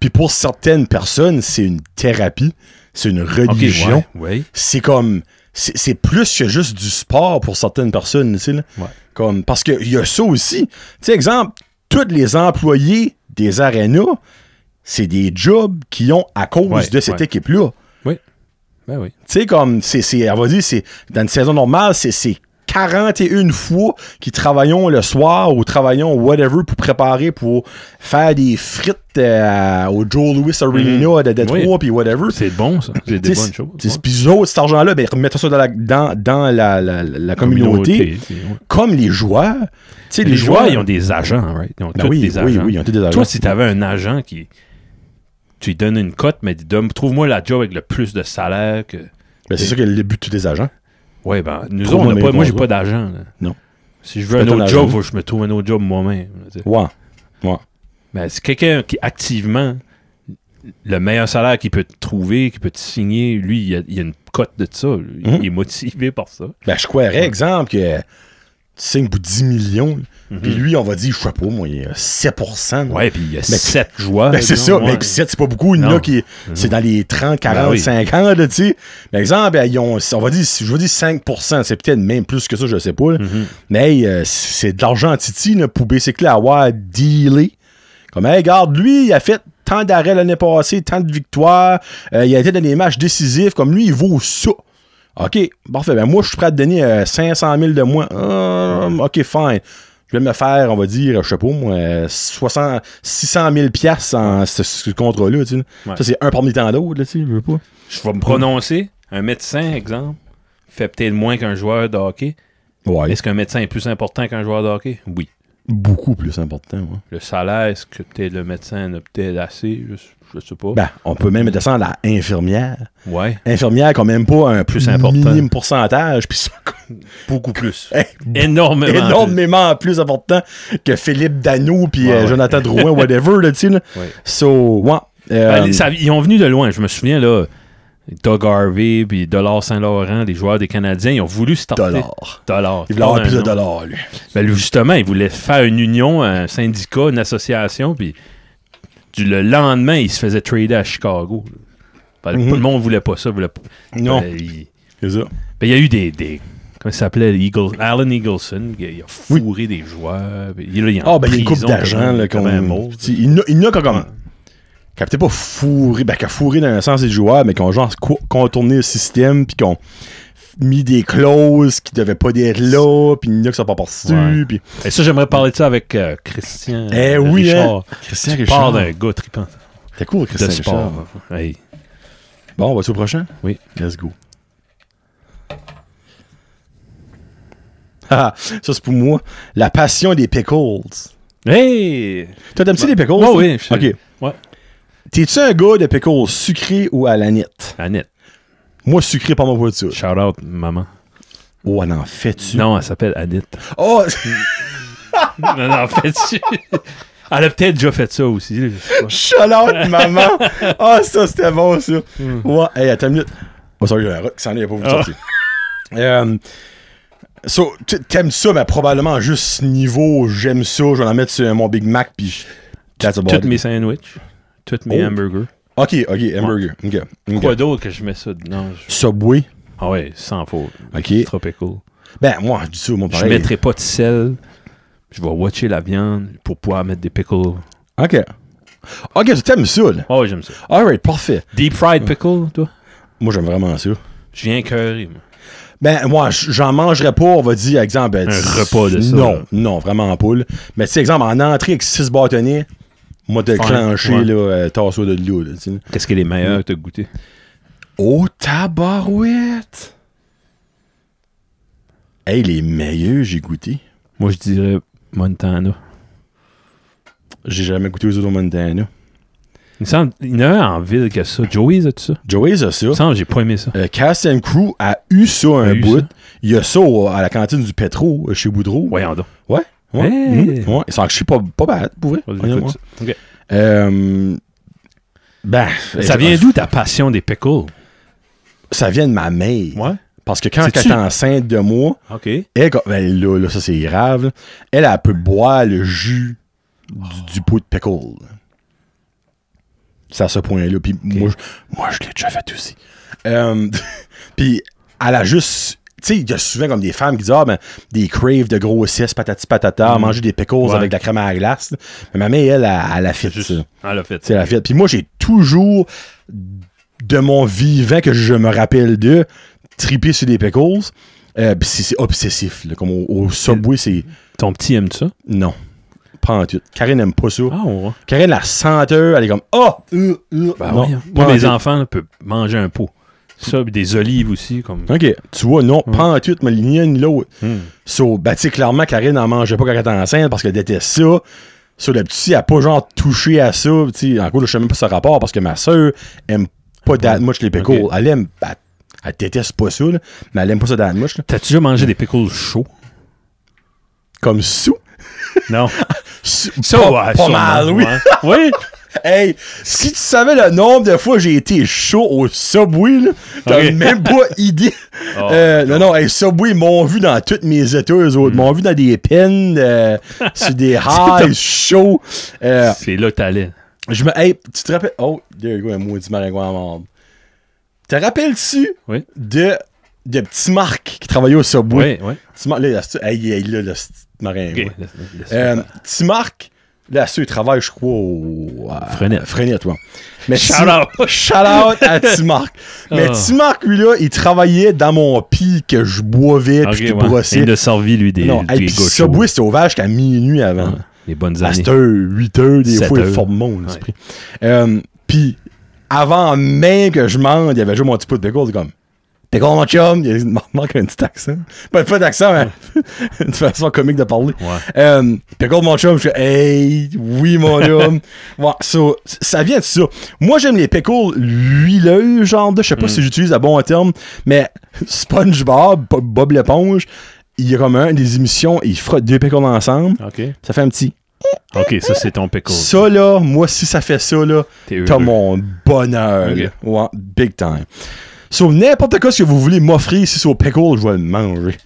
Speaker 1: Puis pour certaines personnes, c'est une thérapie, c'est une
Speaker 2: Ok,
Speaker 1: religion.
Speaker 2: ouais, ouais.
Speaker 1: C'est comme. C'est c'est plus que juste du sport pour certaines personnes, tu sais, là.
Speaker 2: Ouais.
Speaker 1: Comme, parce qu'il y a ça aussi. Tu sais, exemple, tous les employés des arénas, c'est des jobs qu'ils ont à cause
Speaker 2: Ouais,
Speaker 1: de cette
Speaker 2: ouais.
Speaker 1: équipe-là.
Speaker 2: Ben oui.
Speaker 1: Tu sais, comme, c'est, c'est, on va dire, c'est, dans une saison normale, c'est, c'est 41 fois qu'ils travaillons le soir ou travaillons whatever pour préparer, pour faire des frites euh, au Joe Louis Arena de Detroit,
Speaker 2: Mhm. Oui.
Speaker 1: puis whatever.
Speaker 2: C'est bon, ça. C'est des
Speaker 1: T'sais,
Speaker 2: bonnes
Speaker 1: c'est-
Speaker 2: choses.
Speaker 1: c'est- Puis eux autres, cet argent-là, ben, remettons ça dans la, dans, dans la, la, la- la communauté, comme les joueurs. Tu sais,
Speaker 2: Les, joueurs, ils ont des agents, right? Ils ont
Speaker 1: Ben
Speaker 2: tous
Speaker 1: oui,
Speaker 2: des agents.
Speaker 1: oui, oui, ils ont tous des agents.
Speaker 2: Toi, si t'avais un agent qui. Tu lui donnes une cote, mais dis, donne- trouve-moi la job avec le plus de salaire que.
Speaker 1: Ben, c'est ça que le but de tous les agents.
Speaker 2: Ouais, ben, nous
Speaker 1: Trouve-moi
Speaker 2: autres,
Speaker 1: mes
Speaker 2: on n'a pas,
Speaker 1: bons
Speaker 2: moi, j'ai
Speaker 1: gars.
Speaker 2: pas d'argent. là.
Speaker 1: Non.
Speaker 2: Si je veux
Speaker 1: C'est
Speaker 2: un
Speaker 1: pas ton
Speaker 2: autre job,
Speaker 1: argent.
Speaker 2: faut que je me trouve un autre job moi-même. là, tu sais.
Speaker 1: Ouais.
Speaker 2: Mais c'est quelqu'un qui, activement, le meilleur salaire qu'il peut te trouver, qu'il peut te signer, lui, il a, il a une cote de ça. lui.
Speaker 1: Mhm.
Speaker 2: Il est motivé par ça.
Speaker 1: Ben, je croirais, exemple, que tu signes pour 10 millions,
Speaker 2: Mhm.
Speaker 1: puis lui, on va dire, je sais pas, moi, il y a 7%.
Speaker 2: Ouais, puis il y a
Speaker 1: Mais-
Speaker 2: sept joueurs.
Speaker 1: Ben, c'est ça,
Speaker 2: genre,
Speaker 1: mais
Speaker 2: ouais.
Speaker 1: 7, c'est pas beaucoup. Il y en a
Speaker 2: Non. Mhm.
Speaker 1: qui. C'est dans les 30, 40,
Speaker 2: Ben oui.
Speaker 1: 50, là, tu sais. Par exemple, ben, ils ont, on va dire, si je veux dire 5 c'est peut-être même plus que ça, je sais pas. là.
Speaker 2: Mhm.
Speaker 1: Mais hey, euh, c'est de l'argent en Titi, là, pour basically avoir dealé. Comme, hey, regarde, lui, il a fait tant d'arrêts l'année passée, tant de victoires, euh, il a été dans des matchs décisifs, comme lui, il vaut ça. OK, parfait. Ben moi, je suis prêt à te donner euh, 500 000 de moins. Hum, OK, fine. Je vais me faire, on va dire, je sais pas moi, euh, 60, 600 000 piastres en ce, ce contrat-là. tu sais, là.
Speaker 2: Ouais.
Speaker 1: Ça, c'est un parmi tant d'autres, là, tu sais, je veux pas.
Speaker 2: Je vais me prononcer. Un médecin, exemple, fait peut-être moins qu'un joueur de hockey.
Speaker 1: Ouais,
Speaker 2: Est-ce qu'un médecin est plus important qu'un joueur de hockey? Oui.
Speaker 1: beaucoup plus important. ouais.
Speaker 2: Le salaire, est-ce que peut-être le médecin en a peut-être assez? Je, je sais pas.
Speaker 1: Ben, on peut même descendre à infirmière.
Speaker 2: ouais.
Speaker 1: infirmières qui ont même pas un plus
Speaker 2: Plus important.
Speaker 1: minime pourcentage, puis ça coûte
Speaker 2: Beaucoup plus.
Speaker 1: hey,
Speaker 2: Énormément.
Speaker 1: énormément plus important que Philippe Dano puis
Speaker 2: Ouais,
Speaker 1: euh,
Speaker 2: ouais.
Speaker 1: Jonathan Drouin, whatever, là, tu sais, là.
Speaker 2: Ouais.
Speaker 1: So, ouais. euh,
Speaker 2: Ben, ça- ils ont venu de loin. Je me souviens, là, Doug Harvey puis Dollar Saint-Laurent, les joueurs des Canadiens, ils ont voulu starter.
Speaker 1: dollars.
Speaker 2: Dollar.
Speaker 1: Il voulait avoir
Speaker 2: Pas
Speaker 1: plus
Speaker 2: un
Speaker 1: de
Speaker 2: nom.
Speaker 1: dollars, lui.
Speaker 2: Ben, lui, justement, ils voulaient faire une union, un syndicat, une association, puis du, le lendemain, ils se faisaient trader à Chicago. Ben,
Speaker 1: Mhm.
Speaker 2: Tout le monde voulait pas ça. voulait pas-
Speaker 1: Non,
Speaker 2: Ben, il
Speaker 1: c'est ça.
Speaker 2: ben, il y a eu des, des comment il s'appelait, Eagle- Alan Eagleson, il a- il a fourré des joueurs. puis là, il est en
Speaker 1: Ah, ben, il y a une coupe
Speaker 2: prison,
Speaker 1: d'argent,
Speaker 2: comme-
Speaker 1: là,
Speaker 2: comme un
Speaker 1: qu'on.
Speaker 2: mort,
Speaker 1: tu sais, Il n'a- il n'a qu'à comme. Qu'à peut-être pas fourré, ben, qu'à fourré dans le sens des joueurs, mais qu'on genre co- contourné le système, puis qu'on mis des clauses qui devaient pas être là, puis il y en a qui sont pas partis,
Speaker 2: Ouais.
Speaker 1: puis
Speaker 2: Et ça, j'aimerais parler de ça avec euh, Christian
Speaker 1: Eh
Speaker 2: euh,
Speaker 1: oui,
Speaker 2: Richard.
Speaker 1: Christian
Speaker 2: Tu
Speaker 1: Richard.
Speaker 2: parles d'un gars tripant
Speaker 1: T'es cool,
Speaker 2: de
Speaker 1: Christian Richard.
Speaker 2: sport. Hey.
Speaker 1: Bon, on va-tu au prochain?
Speaker 2: Oui.
Speaker 1: Let's go. Ah, ça, c'est pour moi. La passion des pickles.
Speaker 2: Hey!
Speaker 1: Toi, t'aimes-tu les pickles?
Speaker 2: Ouais,
Speaker 1: toi?
Speaker 2: oui, je sais.
Speaker 1: OK.
Speaker 2: Ouais.
Speaker 1: T'es-tu un gars de pickles sucré ou à la nette?
Speaker 2: Annette,
Speaker 1: Moi, sucré, pas ma voiture.
Speaker 2: shout out maman.
Speaker 1: Oh, elle en fait-tu?
Speaker 2: Non, elle s'appelle Annette.
Speaker 1: Oh!
Speaker 2: non, non, en fait, tu- elle a peut-être déjà fait ça aussi. là, je sais pas.
Speaker 1: Chalote, maman! Ah, ça, c'était bon, ça. Ouais, hey, attends une minute. Oh, sorry, j'ai un rock qui s'en est, il a pas voulu
Speaker 2: Hmm. Ah.
Speaker 1: sortir. Euh, so, tu- t'aimes ça, mais probablement juste niveau, j'aime ça, je vais en mettre sur mon Big Mac, puis je- that's about
Speaker 2: Toutes
Speaker 1: it.
Speaker 2: mes sandwichs, toutes mes
Speaker 1: Oh.
Speaker 2: hamburgers.
Speaker 1: Ok, ok, hamburger. Ok. ok.
Speaker 2: Quoi d'autre que je mets ça dedans? Je-
Speaker 1: Subway.
Speaker 2: Ah ouais, sans faute.
Speaker 1: Ok.
Speaker 2: Tropical.
Speaker 1: Ben, moi, je dis ça, moi,
Speaker 2: Je
Speaker 1: pareil.
Speaker 2: mettrai pas de sel. Je vais watcher la viande pour pouvoir mettre des pickles.
Speaker 1: Ok. Ok, tu t'aimes ça, là.
Speaker 2: Oh, j'aime ça.
Speaker 1: Alright, parfait.
Speaker 2: Deep fried pickle, toi?
Speaker 1: Moi, j'aime vraiment ça.
Speaker 2: Je viens curry, moi.
Speaker 1: Ben, moi, j- j'en mangerais pas, on va dire, exemple. ben,
Speaker 2: Un
Speaker 1: tu-
Speaker 2: repas de ça,
Speaker 1: Non,
Speaker 2: là.
Speaker 1: non, vraiment pas. là. Mais, tu sais, exemple, en entrée avec 6 bâtonnets, moi, de
Speaker 2: Fine,
Speaker 1: clencher,
Speaker 2: ouais.
Speaker 1: là, euh, tasseau de l'eau, là, tu sais.
Speaker 2: Qu'est-ce qui est les meilleurs
Speaker 1: Mm.
Speaker 2: que t'as goûté?
Speaker 1: Oh, tabarouette! Hey, les meilleurs, j'ai goûté.
Speaker 2: Moi, je dirais Montana.
Speaker 1: J'ai jamais goûté aux autres au Montana.
Speaker 2: Il me semble, il y en a un en ville qui a ça. Joey's a tout ça?
Speaker 1: Joey's a ça.
Speaker 2: Il me semble, que j'ai pas aimé ça.
Speaker 1: Euh, Cast and Crew a eu ça un
Speaker 2: eu
Speaker 1: bout.
Speaker 2: ça.
Speaker 1: Il y a ça au- à la cantine du Petro, euh, chez Boudreau.
Speaker 2: Voyons donc.
Speaker 1: Ouais. Ouais.
Speaker 2: Hey.
Speaker 1: Mhm. ouais. Sans que je suis pas, pas bad, pour vrai.
Speaker 2: Vas-y,
Speaker 1: honnêtement.
Speaker 2: écoute ça. Ok.
Speaker 1: Euh, ben,
Speaker 2: Ça
Speaker 1: euh,
Speaker 2: vient d'où ta passion des pickles?
Speaker 1: Ça vient de ma mère.
Speaker 2: Ouais.
Speaker 1: Parce que quand elle
Speaker 2: C'est-tu-
Speaker 1: était enceinte de moi,
Speaker 2: OK.
Speaker 1: elle, quand- ben là, là, ça c'est grave, là. elle, elle peut boire le jus du, du pot de pickle. C'est à ce point-là. Puis moi, je, moi, je l'ai déjà fait aussi. Euh, puis elle a juste. Tu sais, il y a souvent comme des femmes qui disent Ah, ben, des craves de grossesse, patati patata, manger des pickles
Speaker 2: Mm. Ouais.
Speaker 1: avec de la crème à la glace. Mais ma mère, elle, elle, elle a fait ça.
Speaker 2: Ah, l'a fait.
Speaker 1: C'est la fête. Puis moi, j'ai toujours, de mon vivant que je me rappelle de, triper sur des pickles. Euh, puis c'est c'est obsessif. là. Comme au, au Subway, c'est...
Speaker 2: Ton petit aime ça?
Speaker 1: Non. Pas en tout. Karine n'aime pas ça.
Speaker 2: Ah, ouais.
Speaker 1: Karine, la senteur, elle est comme... Ah! euh, euh.
Speaker 2: Ben
Speaker 1: non,
Speaker 2: voyons.
Speaker 1: pas
Speaker 2: Moi,
Speaker 1: en
Speaker 2: mes
Speaker 1: tout.
Speaker 2: enfants là, peuvent manger un pot. Ça, puis des olives aussi. comme
Speaker 1: OK. Tu vois, non, pas en tout, mais ni l'un ni l'autre.
Speaker 2: Hmm.
Speaker 1: So, ben, tu sais, clairement, Karine n'en mangeait pas quand elle était enceinte parce qu'elle déteste ça. Sur le petit, elle n'a pas genre touché à ça. Tu sais, en gros, là, je sais même pas ce rapport parce que ma soeur aime pas that much les pickles.
Speaker 2: Ok.
Speaker 1: Elle aime, elle, elle déteste pas ça, là, mais elle aime pas ça that much. là.
Speaker 2: T'as-tu déjà mangé des pickles chauds?
Speaker 1: Comme sous.
Speaker 2: Non.
Speaker 1: sous-
Speaker 2: Ça,
Speaker 1: pas,
Speaker 2: ouais,
Speaker 1: pas
Speaker 2: sûrement,
Speaker 1: mal, oui.
Speaker 2: ouais. oui.
Speaker 1: Hey, si tu savais le nombre de fois j'ai été chaud au Subway, là, t'as
Speaker 2: Ok.
Speaker 1: même pas idée.
Speaker 2: Oh,
Speaker 1: Euh, non, non, hey, Subway, ils m'ont vu dans toutes mes études, eux
Speaker 2: Hmm.
Speaker 1: autres. m'ont vu dans des pins, euh, sur des highs chauds. Euh,
Speaker 2: C'est là que t'allais.
Speaker 1: je me... Hey, tu te rappelles... Oh, there you go, un maudit maringouin à marde. Te rappelles-tu
Speaker 2: Oui.
Speaker 1: de, de Petit Marc qui travaillait au Subway?
Speaker 2: Oui, oui.
Speaker 1: Petit Marc, là, là, c'est- hey, hey, là, le petit
Speaker 2: Ok.
Speaker 1: maringouin.
Speaker 2: Laisse- laisse-
Speaker 1: Euh, Petit Marc, là, ceux, il travaille, je crois, au. à-
Speaker 2: Frenette.
Speaker 1: Frenette, ouais. Mais
Speaker 2: Shout
Speaker 1: Tim-
Speaker 2: out.
Speaker 1: Shout out à Petit Marc. Mais
Speaker 2: Ah.
Speaker 1: Petit Marc, lui, là, il travaillait dans mon pis que je boivais
Speaker 2: Ok,
Speaker 1: puis que je
Speaker 2: ouais.
Speaker 1: brossais.
Speaker 2: Il a servi, lui, des,
Speaker 1: Non,
Speaker 2: des
Speaker 1: hey, puis
Speaker 2: gauchos.
Speaker 1: Subway, c'était ouvert jusqu'à minuit avant.
Speaker 2: Ouais. euh, Les bonnes
Speaker 1: À
Speaker 2: années.
Speaker 1: 7 h 8 h des
Speaker 2: Sept
Speaker 1: fois, il
Speaker 2: heures.
Speaker 1: forme mon là, c'est
Speaker 2: Ouais.
Speaker 1: pris. Euh, Puis, avant même que je mange, il y avait déjà mon petit pot de pickle, c'est comme. T'es con, mon chum? Il m'en manque un petit accent. Ben, Pas, pas d'accent, mais une façon comique de parler.
Speaker 2: Ouais.
Speaker 1: Euh, pickle, mon chum, je suis hey, oui, mon chum. Ouais, so, c- ça vient de ça. Moi, j'aime les pickles huileux, genre de, je
Speaker 2: Mm.
Speaker 1: sais pas si j'utilise à bon terme, mais SpongeBob, Bob- Bob l'éponge, il y a comme un des émissions, ils frottent deux pickles ensemble,
Speaker 2: OK.
Speaker 1: ça fait un petit.
Speaker 2: OK, ça, c'est ton pickle.
Speaker 1: Ça, là, moi, si ça fait ça, là,
Speaker 2: T'es heureux.
Speaker 1: t'as mon bonheur.
Speaker 2: Ok.
Speaker 1: là. Ouais, big time. So, n'importe quoi, ce que vous voulez m'offrir, si c'est au pickle, je vais le manger.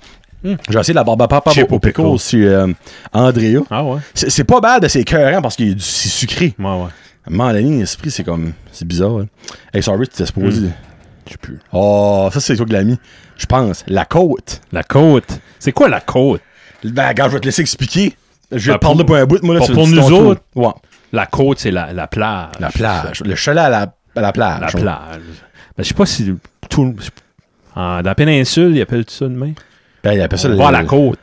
Speaker 2: Hmm.
Speaker 1: J'ai essayé la barbe à papa
Speaker 2: Chip
Speaker 1: au
Speaker 2: au pickle.
Speaker 1: pickle sur euh, Andrea.
Speaker 2: Ah, ouais.
Speaker 1: C'est c'est pas bad, c'est écœurant parce que c'est sucré.
Speaker 2: Ouais, ouais. Hmm.
Speaker 1: À un moment donné, l'esprit, c'est comme. C'est bizarre. hein. Hey, sorry, tu t'es supposé.
Speaker 2: Je sais plus.
Speaker 1: Oh, ça, c'est toi qui l'as mis. Je pense. La côte.
Speaker 2: La côte. C'est quoi la côte?
Speaker 1: Ben, regarde, je vais te laisser expliquer. Je
Speaker 2: Ben,
Speaker 1: vais te parler
Speaker 2: pour-
Speaker 1: pour un bout, moi, là.
Speaker 2: pour-
Speaker 1: tu-
Speaker 2: pour
Speaker 1: tu
Speaker 2: nous
Speaker 1: t'en trouves.
Speaker 2: autres.
Speaker 1: Ouais.
Speaker 2: La côte, c'est la, la plage.
Speaker 1: La plage. Le chalet à la, à la plage.
Speaker 2: La plage. Ben, je sais pas si tout. en- dans la péninsule, ils appellent ça de même.
Speaker 1: Ben, il appelle ça
Speaker 2: On
Speaker 1: le-
Speaker 2: va à la côte.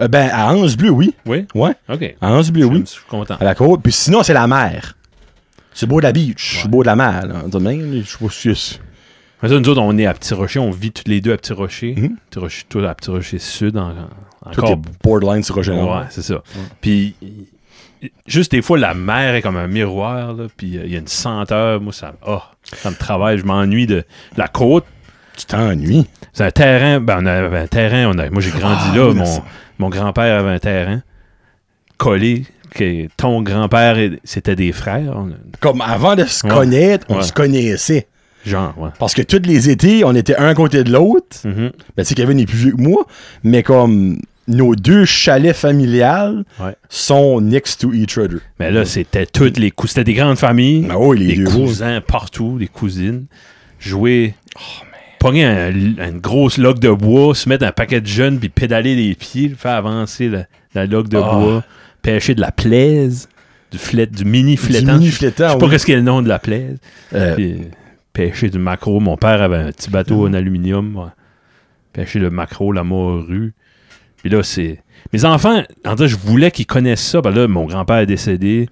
Speaker 1: Euh, ben, à Anse Bleu, oui.
Speaker 2: Oui?
Speaker 1: Ouais.
Speaker 2: OK.
Speaker 1: À Anse Bleu, oui. Euh,
Speaker 2: Je suis content.
Speaker 1: À la côte. Puis sinon, c'est la mer. C'est beau de la beach. C'est
Speaker 2: Ouais.
Speaker 1: beau de la mer, là. De même, je sais pas si c'est-
Speaker 2: Mais ça, nous autres, on est à Petit Rocher, on vit tous les deux à Petit Rocher.
Speaker 1: Mhm.
Speaker 2: Petit Rocher, toi à Petit Rocher Sud, en, en-
Speaker 1: Tout
Speaker 2: encore.
Speaker 1: est borderline sur Roger
Speaker 2: Ouais, c'est ça. Puis, y- juste des fois, la mer est comme un miroir, là, puis euh, il y a une senteur. Moi, ça, ah, ça me travaille, je m'ennuie de la côte.
Speaker 1: Tu t'ennuies.
Speaker 2: C'est un terrain, ben, on avait un terrain, on a- moi j'ai grandi
Speaker 1: Ah,
Speaker 2: là,
Speaker 1: oui, merci.
Speaker 2: mon, mon grand-père avait un terrain collé. Que ton grand-père, et- c'était des frères, on-
Speaker 1: Comme avant de se
Speaker 2: Ouais.
Speaker 1: connaître, on
Speaker 2: Ouais.
Speaker 1: se connaissait.
Speaker 2: genre, ouais.
Speaker 1: Parce que tous les étés, on était un à côté de l'autre.
Speaker 2: Mhm.
Speaker 1: Ben, tu sais, Kevin est plus vieux que moi, mais comme nos deux chalets familiales
Speaker 2: Ouais.
Speaker 1: sont next to each other.
Speaker 2: Mais là, c'était toutes les coups. C'était des grandes familles.
Speaker 1: Ben oui, les
Speaker 2: des
Speaker 1: deux.
Speaker 2: cousins partout, des cousines. Jouer. Pogner un- une grosse log de bois, se mettre un paquet de jeunes, puis pédaler les pieds, faire avancer la, la log de
Speaker 1: Ah.
Speaker 2: bois, pêcher de la plaise, du, flet, du mini flétan.
Speaker 1: mini
Speaker 2: Je-
Speaker 1: flétan,
Speaker 2: Je sais pas
Speaker 1: oui.
Speaker 2: qu'est-ce qu'est le nom de la plaise.
Speaker 1: Euh,
Speaker 2: Puis, pêcher du maquereau. Mon père avait un petit bateau en aluminium. ouais. Pêcher le maquereau, la morue. Puis là, c'est. Mes enfants, en fait, je voulais qu'ils connaissent ça. Ben là, mon grand-père est décédé.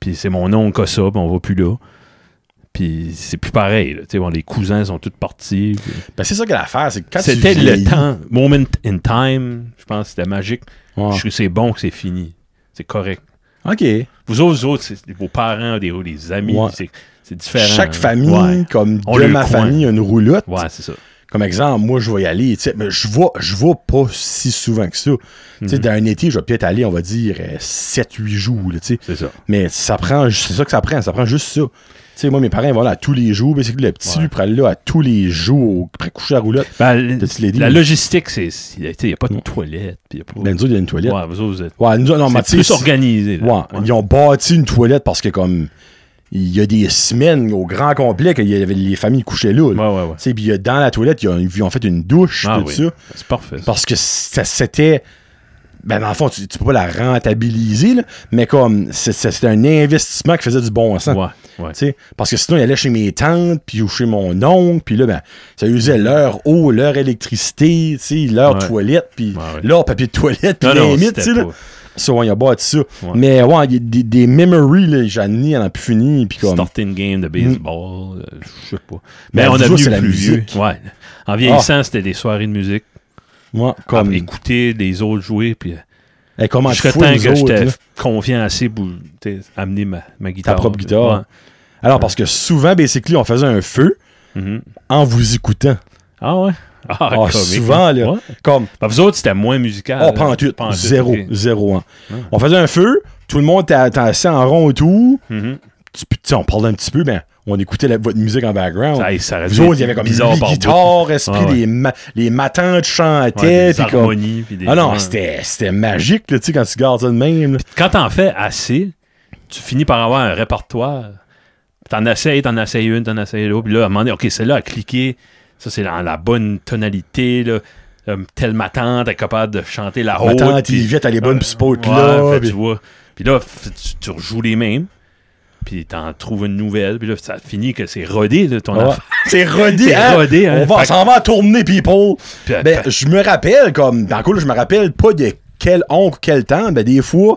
Speaker 2: Puis c'est mon oncle qui a ça. Puis on va plus là. Puis c'est plus pareil. là. Tu sais, bon, les cousins sont tous partis. puis-
Speaker 1: ben, c'est ça que l'affaire, c'est que quand tu
Speaker 2: C'était le
Speaker 1: vieillis-
Speaker 2: temps. Moment in time. Je pense que c'était magique.
Speaker 1: Ouais.
Speaker 2: Je trouve que c'est bon que c'est fini. C'est correct.
Speaker 1: OK.
Speaker 2: Vous autres, vous autres, c'est- vos parents, des, des amis,
Speaker 1: Ouais.
Speaker 2: c'est c'est différent.
Speaker 1: Chaque
Speaker 2: hein.
Speaker 1: famille,
Speaker 2: Ouais.
Speaker 1: comme
Speaker 2: On
Speaker 1: de
Speaker 2: le
Speaker 1: ma
Speaker 2: coin.
Speaker 1: famille, a une roulotte.
Speaker 2: Ouais, c'est ça.
Speaker 1: Comme exemple, moi, je vais y aller. tu sais, Mais je vois, je vois pas si souvent que ça. Tu
Speaker 2: Mhm.
Speaker 1: sais, Dans un été, je vais peut-être aller, on va dire, 7-8 jours. Là, tu sais.
Speaker 2: C'est ça.
Speaker 1: Mais ça prend, c'est ça que ça prend, ça prend juste ça. Tu sais, moi, mes parents, ils vont là à tous les jours. Ben, c'est que le petit,
Speaker 2: Ouais.
Speaker 1: lui, prend là à tous les jours, après coucher à la roulotte.
Speaker 2: Ben, l-
Speaker 1: T'as-tu les
Speaker 2: la
Speaker 1: livres?
Speaker 2: logistique, c'est. Il n'y a pas de toilette. puis y a pas-
Speaker 1: Ben, nous autres, il y a une toilette. Ouais,
Speaker 2: Ouais, vous autres, vous êtes.
Speaker 1: nous autres, non, mais
Speaker 2: c'est
Speaker 1: tu sais,
Speaker 2: plus organisé. là.
Speaker 1: ouais, ils ont bâti une toilette parce que, comme, il y a des semaines au grand complet qu'il y avait les familles couchaient là. là.
Speaker 2: Ouais, ouais, ouais.
Speaker 1: Tu sais, puis il y a- dans la toilette, ils ont, ils ont fait une douche,
Speaker 2: Ah
Speaker 1: tout
Speaker 2: oui.
Speaker 1: ça.
Speaker 2: C'est parfait. ça.
Speaker 1: Parce que ça- c'était. Ben, dans le fond, tu, tu peux pas la rentabiliser, là, mais comme, c'est- c'est- c'était un investissement qui faisait du bon sens.
Speaker 2: Ouais, ouais.
Speaker 1: Tu sais, parce que sinon, il allait chez mes tantes, puis ou chez mon oncle, puis là, ben, ça usait leur eau, leur électricité, tu sais, leur
Speaker 2: Ouais.
Speaker 1: toilette, puis
Speaker 2: Ouais, ouais.
Speaker 1: leur papier de toilette, puis
Speaker 2: Non, non,
Speaker 1: limite, tu sais,
Speaker 2: c'était
Speaker 1: là.
Speaker 2: pas-
Speaker 1: Ça, ouais, il a bâti ça. Mais ouais, il y a des, des memories, là, j'en ai, elle en a plus fini, puis comme.
Speaker 2: Starter une game de baseball, euh, je sais pas.
Speaker 1: Mais
Speaker 2: Mais, on
Speaker 1: vous
Speaker 2: a
Speaker 1: autres,
Speaker 2: devenu
Speaker 1: c'est la
Speaker 2: plus vieux.
Speaker 1: musique.
Speaker 2: Ouais. En vieillissant, c'était des soirées de musique.
Speaker 1: Ouais, comme.
Speaker 2: Après, écouter les autres jouer. Puis, euh,
Speaker 1: hey, comment tu
Speaker 2: jusqu'à
Speaker 1: fous,
Speaker 2: temps
Speaker 1: nous
Speaker 2: que
Speaker 1: autres,
Speaker 2: j'étais
Speaker 1: là?
Speaker 2: confiant assez pour tu sais, amener ma, ma guitare.
Speaker 1: Ta propre
Speaker 2: là.
Speaker 1: guitare. Alors, parce que souvent, basically, on faisait un feu
Speaker 2: Ouais. Mhm.
Speaker 1: en vous écoutant.
Speaker 2: Ah ouais? Ah, comique,
Speaker 1: souvent,
Speaker 2: hein.
Speaker 1: là.
Speaker 2: Ouais.
Speaker 1: Comme,
Speaker 2: Ben, vous autres, c'était moins musical.
Speaker 1: oh,
Speaker 2: Ah, là.
Speaker 1: pas en tout,
Speaker 2: Pas en tout,
Speaker 1: zéro,
Speaker 2: ok. Ah.
Speaker 1: zéro, hein. On faisait un feu, tout le monde était était assis en rond et tout.
Speaker 2: Mhm.
Speaker 1: Tu- puis, tu sais, on parlait un petit peu, mais on écoutait la- votre musique en background.
Speaker 2: Ça, hey, ça aurait
Speaker 1: Vous
Speaker 2: dû
Speaker 1: autres,
Speaker 2: être
Speaker 1: il y avait comme
Speaker 2: bizarre
Speaker 1: huit
Speaker 2: par bout.
Speaker 1: guitares, esprit,
Speaker 2: Ah ouais.
Speaker 1: les, ma- les matantes chantaient,
Speaker 2: Ouais, des
Speaker 1: puis comme-
Speaker 2: harmonies, puis des-
Speaker 1: Ah non,
Speaker 2: ouais.
Speaker 1: c'était c'était magique, là, tu sais, quand tu gardes ça de même. là.
Speaker 2: Quand t'en fais assez, tu finis par avoir un répertoire. T'en essayes, t'en essayes une, t'en essayes l'autre. Puis là, à un moment donné, OK, celle-là a cliqué. Ça, c'est dans la bonne tonalité. Là. Euh, telle ma tante est capable de chanter la haute.
Speaker 1: Ma tante
Speaker 2: Oh, puis-
Speaker 1: Yvette, elle est bonne, puis ce
Speaker 2: Ouais,
Speaker 1: là.
Speaker 2: fait,
Speaker 1: puis-
Speaker 2: tu vois. Puis là, f- tu, tu rejoues les mêmes. Puis t'en trouves une nouvelle. Puis là, ça finit que c'est rodé, là, ton
Speaker 1: Ouais.
Speaker 2: affaire.
Speaker 1: C'est rodé,
Speaker 2: C'est
Speaker 1: hein?
Speaker 2: rodé, hein?
Speaker 1: On va-
Speaker 2: Fait-
Speaker 1: s'en va tourner, people.
Speaker 2: Puis, euh,
Speaker 1: Ben, je me rappelle, comme, dans le coup, là, je me rappelle pas de quel oncle, quel temps, ben, des fois,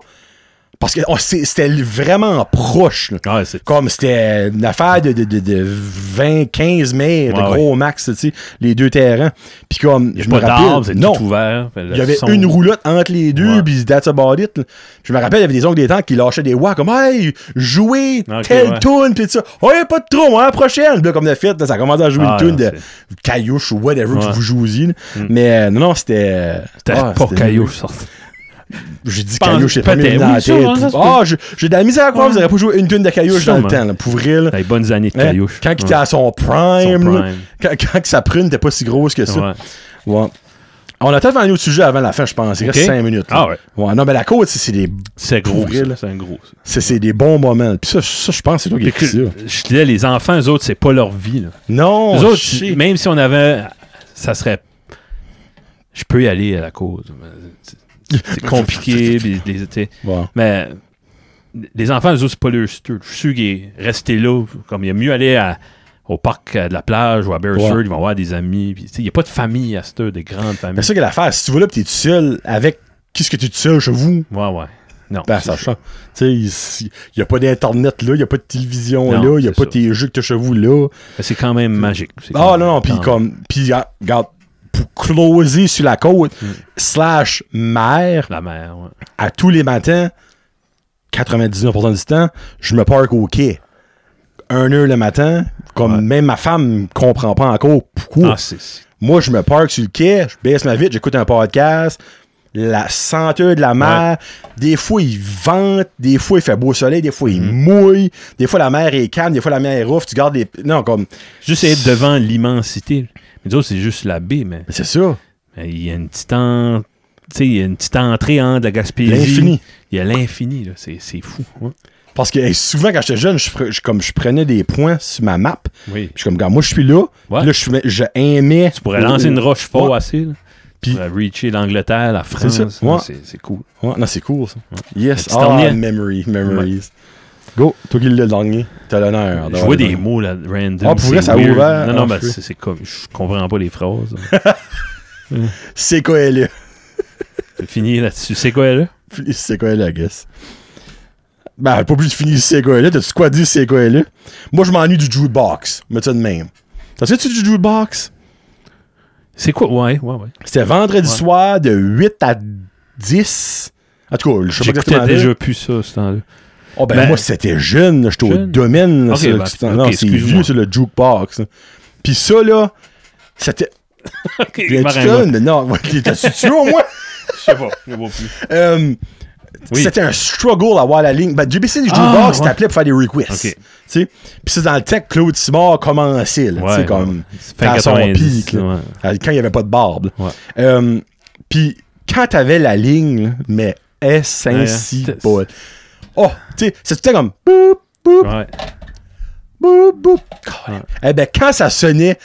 Speaker 1: parce que oh, c'est- c'était vraiment proche, là.
Speaker 2: ouais, c'est-
Speaker 1: Comme c'était une affaire de, de, de, de 20, 15 mètres, de
Speaker 2: Ouais,
Speaker 1: gros max, tu sais, les deux terrains. Puis comme,
Speaker 2: y a
Speaker 1: je me
Speaker 2: pas d'arbre,
Speaker 1: rappelle,
Speaker 2: c'est
Speaker 1: non,
Speaker 2: tout ouvert. Fait, le
Speaker 1: il y avait
Speaker 2: son-
Speaker 1: une roulotte entre les deux,
Speaker 2: Ouais.
Speaker 1: puis that's about it. là. Je me rappelle, il y avait des oncles des temps qui lâchaient des voix comme « Hey, jouez
Speaker 2: Ok,
Speaker 1: telle
Speaker 2: ouais.
Speaker 1: tune pis tout ça. « Ouais, pas de trop, moi, la prochaine! » Puis là, comme de fait, là, ça commence à jouer
Speaker 2: Ah,
Speaker 1: une tune
Speaker 2: non,
Speaker 1: de caillouche ou whatever
Speaker 2: Ouais. Mm.
Speaker 1: que vous jouez. là. Mais euh, non, non, c'était...
Speaker 2: C'était
Speaker 1: ah,
Speaker 2: pas caillou, ça.
Speaker 1: J'ai dit
Speaker 2: Pense-
Speaker 1: caillouche, j'ai pas mis
Speaker 2: peut-être.
Speaker 1: dans la
Speaker 2: Oui, ça,
Speaker 1: tête.
Speaker 2: ouais, ça se peut.
Speaker 1: Ah, j'ai- j'ai de la misère à croire que vous
Speaker 2: Ouais.
Speaker 1: n'aurez pas joué une tune de caillouche dans le
Speaker 2: Sûrement.
Speaker 1: temps, là, pour vrai. là.
Speaker 2: Les bonnes années de
Speaker 1: Hein?
Speaker 2: caillouche.
Speaker 1: Quand il
Speaker 2: Ouais.
Speaker 1: était à son prime,
Speaker 2: Son
Speaker 1: là,
Speaker 2: prime.
Speaker 1: quand, quand que sa prune n'était pas si grosse que ça.
Speaker 2: Ouais.
Speaker 1: Ouais. On a peut-être vendu au sujet avant la fin, je pense. Il reste
Speaker 2: Ok.
Speaker 1: 5 minutes. là.
Speaker 2: Ah ouais.
Speaker 1: Non, mais la côte, c'est c'est des,
Speaker 2: C'est gros.
Speaker 1: Pour vrai,
Speaker 2: ça.
Speaker 1: là.
Speaker 2: C'est un gros. ça.
Speaker 1: c'est- c'est des bons moments. Puis ça, ça je pense que c'est toi qui
Speaker 2: Puis que-
Speaker 1: écris ça.
Speaker 2: je disais, les enfants, eux autres, c'est pas leur vie. Là.
Speaker 1: Non,
Speaker 2: Eux autres,
Speaker 1: shit.
Speaker 2: même si on avait. Ça serait. Je peux y aller à la cause. C'est- C'est compliqué. puis les- tu sais.
Speaker 1: Bon.
Speaker 2: mais les enfants, eux autres, c'est pas leur stuff. Je suis sûr qu'ils restaient là. Comme il y a mieux aller à- au parc euh, de la plage ou à Beresford,
Speaker 1: Ouais.
Speaker 2: ils vont avoir des amis. puis, tu sais, Il n'y a pas de famille à cette heure, des grandes familles.
Speaker 1: Mais c'est ça qu'elle a l'affaire. Si tu vas là pis t'es tout seul avec qu'est-ce que tu es tout seul chez vous,
Speaker 2: Ouais, ouais. Non.
Speaker 1: ben
Speaker 2: c'est-
Speaker 1: ça change. Tu sais, il n'y a pas d'internet là, il n'y a pas de télévision
Speaker 2: Non,
Speaker 1: là, il n'y a
Speaker 2: c'est
Speaker 1: pas
Speaker 2: ça.
Speaker 1: tes jeux que t'as chez vous là.
Speaker 2: mais c'est quand même magique. C'est
Speaker 1: Ah
Speaker 2: quand
Speaker 1: non, non,
Speaker 2: même-
Speaker 1: puis
Speaker 2: quand-
Speaker 1: comme. Puis ah, regarde, pour closer sur la côte,
Speaker 2: Mm.
Speaker 1: slash mer,
Speaker 2: La mer, ouais.
Speaker 1: à tous les matins, 99% du temps, je me parque au quai. 1 heure le matin, comme
Speaker 2: Ouais.
Speaker 1: même ma femme comprend pas encore pourquoi.
Speaker 2: Ah, c'est- c'est-
Speaker 1: Moi, je me parque sur le quai, je baisse ma vitre, j'écoute un podcast, la senteur de la mer. Des fois, il vente, des fois, il fait beau soleil, des fois, il
Speaker 2: Mhm.
Speaker 1: mouille, des fois, la mer est calme, des fois, la mer est rough, tu gardes les. Non, comme.
Speaker 2: Juste être devant l'immensité. Mais autres, c'est juste la baie, mais
Speaker 1: Mais C'est ça.
Speaker 2: mais il y a une petite en- tu sais, il y a une petite entrée entre la Gaspésie.
Speaker 1: L'infini.
Speaker 2: Il y a l'infini, là. C'est, c'est fou. hein.
Speaker 1: Parce que hey, souvent, quand j'étais jeune, je, pre- je- comme, je prenais des points sur ma map. Puis
Speaker 2: Oui.
Speaker 1: je suis comme, regarde, moi, je suis là.
Speaker 2: Ouais.
Speaker 1: Puis Là, je, suis- je aimais.
Speaker 2: Tu pourrais lancer une roche fort
Speaker 1: Ouais.
Speaker 2: assez, là.
Speaker 1: Puis-
Speaker 2: Puis reacher l'Angleterre, la France.
Speaker 1: ça.
Speaker 2: là,
Speaker 1: Ouais.
Speaker 2: c'est, Ah, c'est cool.
Speaker 1: Ouais, non, c'est cool, ça. Yes.
Speaker 2: Tu
Speaker 1: Ah,
Speaker 2: t'en viens.
Speaker 1: memory, memories. Go. Toi qui l'as dernier, t'as l'honneur.
Speaker 2: Je vois des mots là, random.
Speaker 1: Ah, pour vrai,
Speaker 2: c'est
Speaker 1: ça a
Speaker 2: weird.
Speaker 1: ouvert.
Speaker 2: Non, non,
Speaker 1: Ah,
Speaker 2: mais
Speaker 1: je sais.
Speaker 2: c'est, c'est comme. Je comprends pas les phrases.
Speaker 1: C'est quoi, elle est?
Speaker 2: Fini là-dessus. C'est quoi, là?
Speaker 1: Finis c'est quoi là, I guess. Ben, pas plus de finir c'est quoi là. T'as-tu quoi dire c'est quoi là? Moi, je m'ennuie du jukebox. Mets ça de même. T'as tu du jukebox?
Speaker 2: C'est quoi? Ouais, ouais, ouais.
Speaker 1: C'était vendredi
Speaker 2: Ouais.
Speaker 1: soir de 8 à 10. En tout cas, je sais pas
Speaker 2: J'écoutais
Speaker 1: exactement. l'heure.
Speaker 2: déjà plus ça, ce temps-là.
Speaker 1: Oh, ben,
Speaker 2: Ben-
Speaker 1: moi, c'était jeune. là, J'étais au
Speaker 2: Jeune?
Speaker 1: domaine. là,
Speaker 2: Ok,
Speaker 1: ça,
Speaker 2: ben,
Speaker 1: c'est- non,
Speaker 2: ok,
Speaker 1: c'est
Speaker 2: excuse-moi.
Speaker 1: vieux, c'est le jukebox. là. Pis ça, là, c'était.
Speaker 2: Ok,
Speaker 1: Tu
Speaker 2: Marin-moi.
Speaker 1: mais non, t'as-tu tué au moins?
Speaker 2: Je sais pas. Je vois plus.
Speaker 1: Euh,
Speaker 2: Oui.
Speaker 1: C'était un struggle à avoir la ligne. Ben, JBC du
Speaker 2: Ah,
Speaker 1: Jukebox,
Speaker 2: ouais.
Speaker 1: t'appelais pour faire des requests.
Speaker 2: Ok.
Speaker 1: tu sais. Puis c'est dans le temps que Claude Simard commençait, là, tu sais,
Speaker 2: Ouais,
Speaker 1: comme
Speaker 2: Fin
Speaker 1: à son
Speaker 2: 90,
Speaker 1: pic, là,
Speaker 2: ouais.
Speaker 1: à- quand il n'y avait pas de barbe. là.
Speaker 2: Ouais.
Speaker 1: Euh, Puis quand t'avais la ligne, là, mais est ainsi
Speaker 2: Ouais, hein.
Speaker 1: pas. Oh, tu sais, c'était comme boop, boop,
Speaker 2: Ouais.
Speaker 1: boop, boop.
Speaker 2: Ouais.
Speaker 1: Eh ben, quand ça sonnait,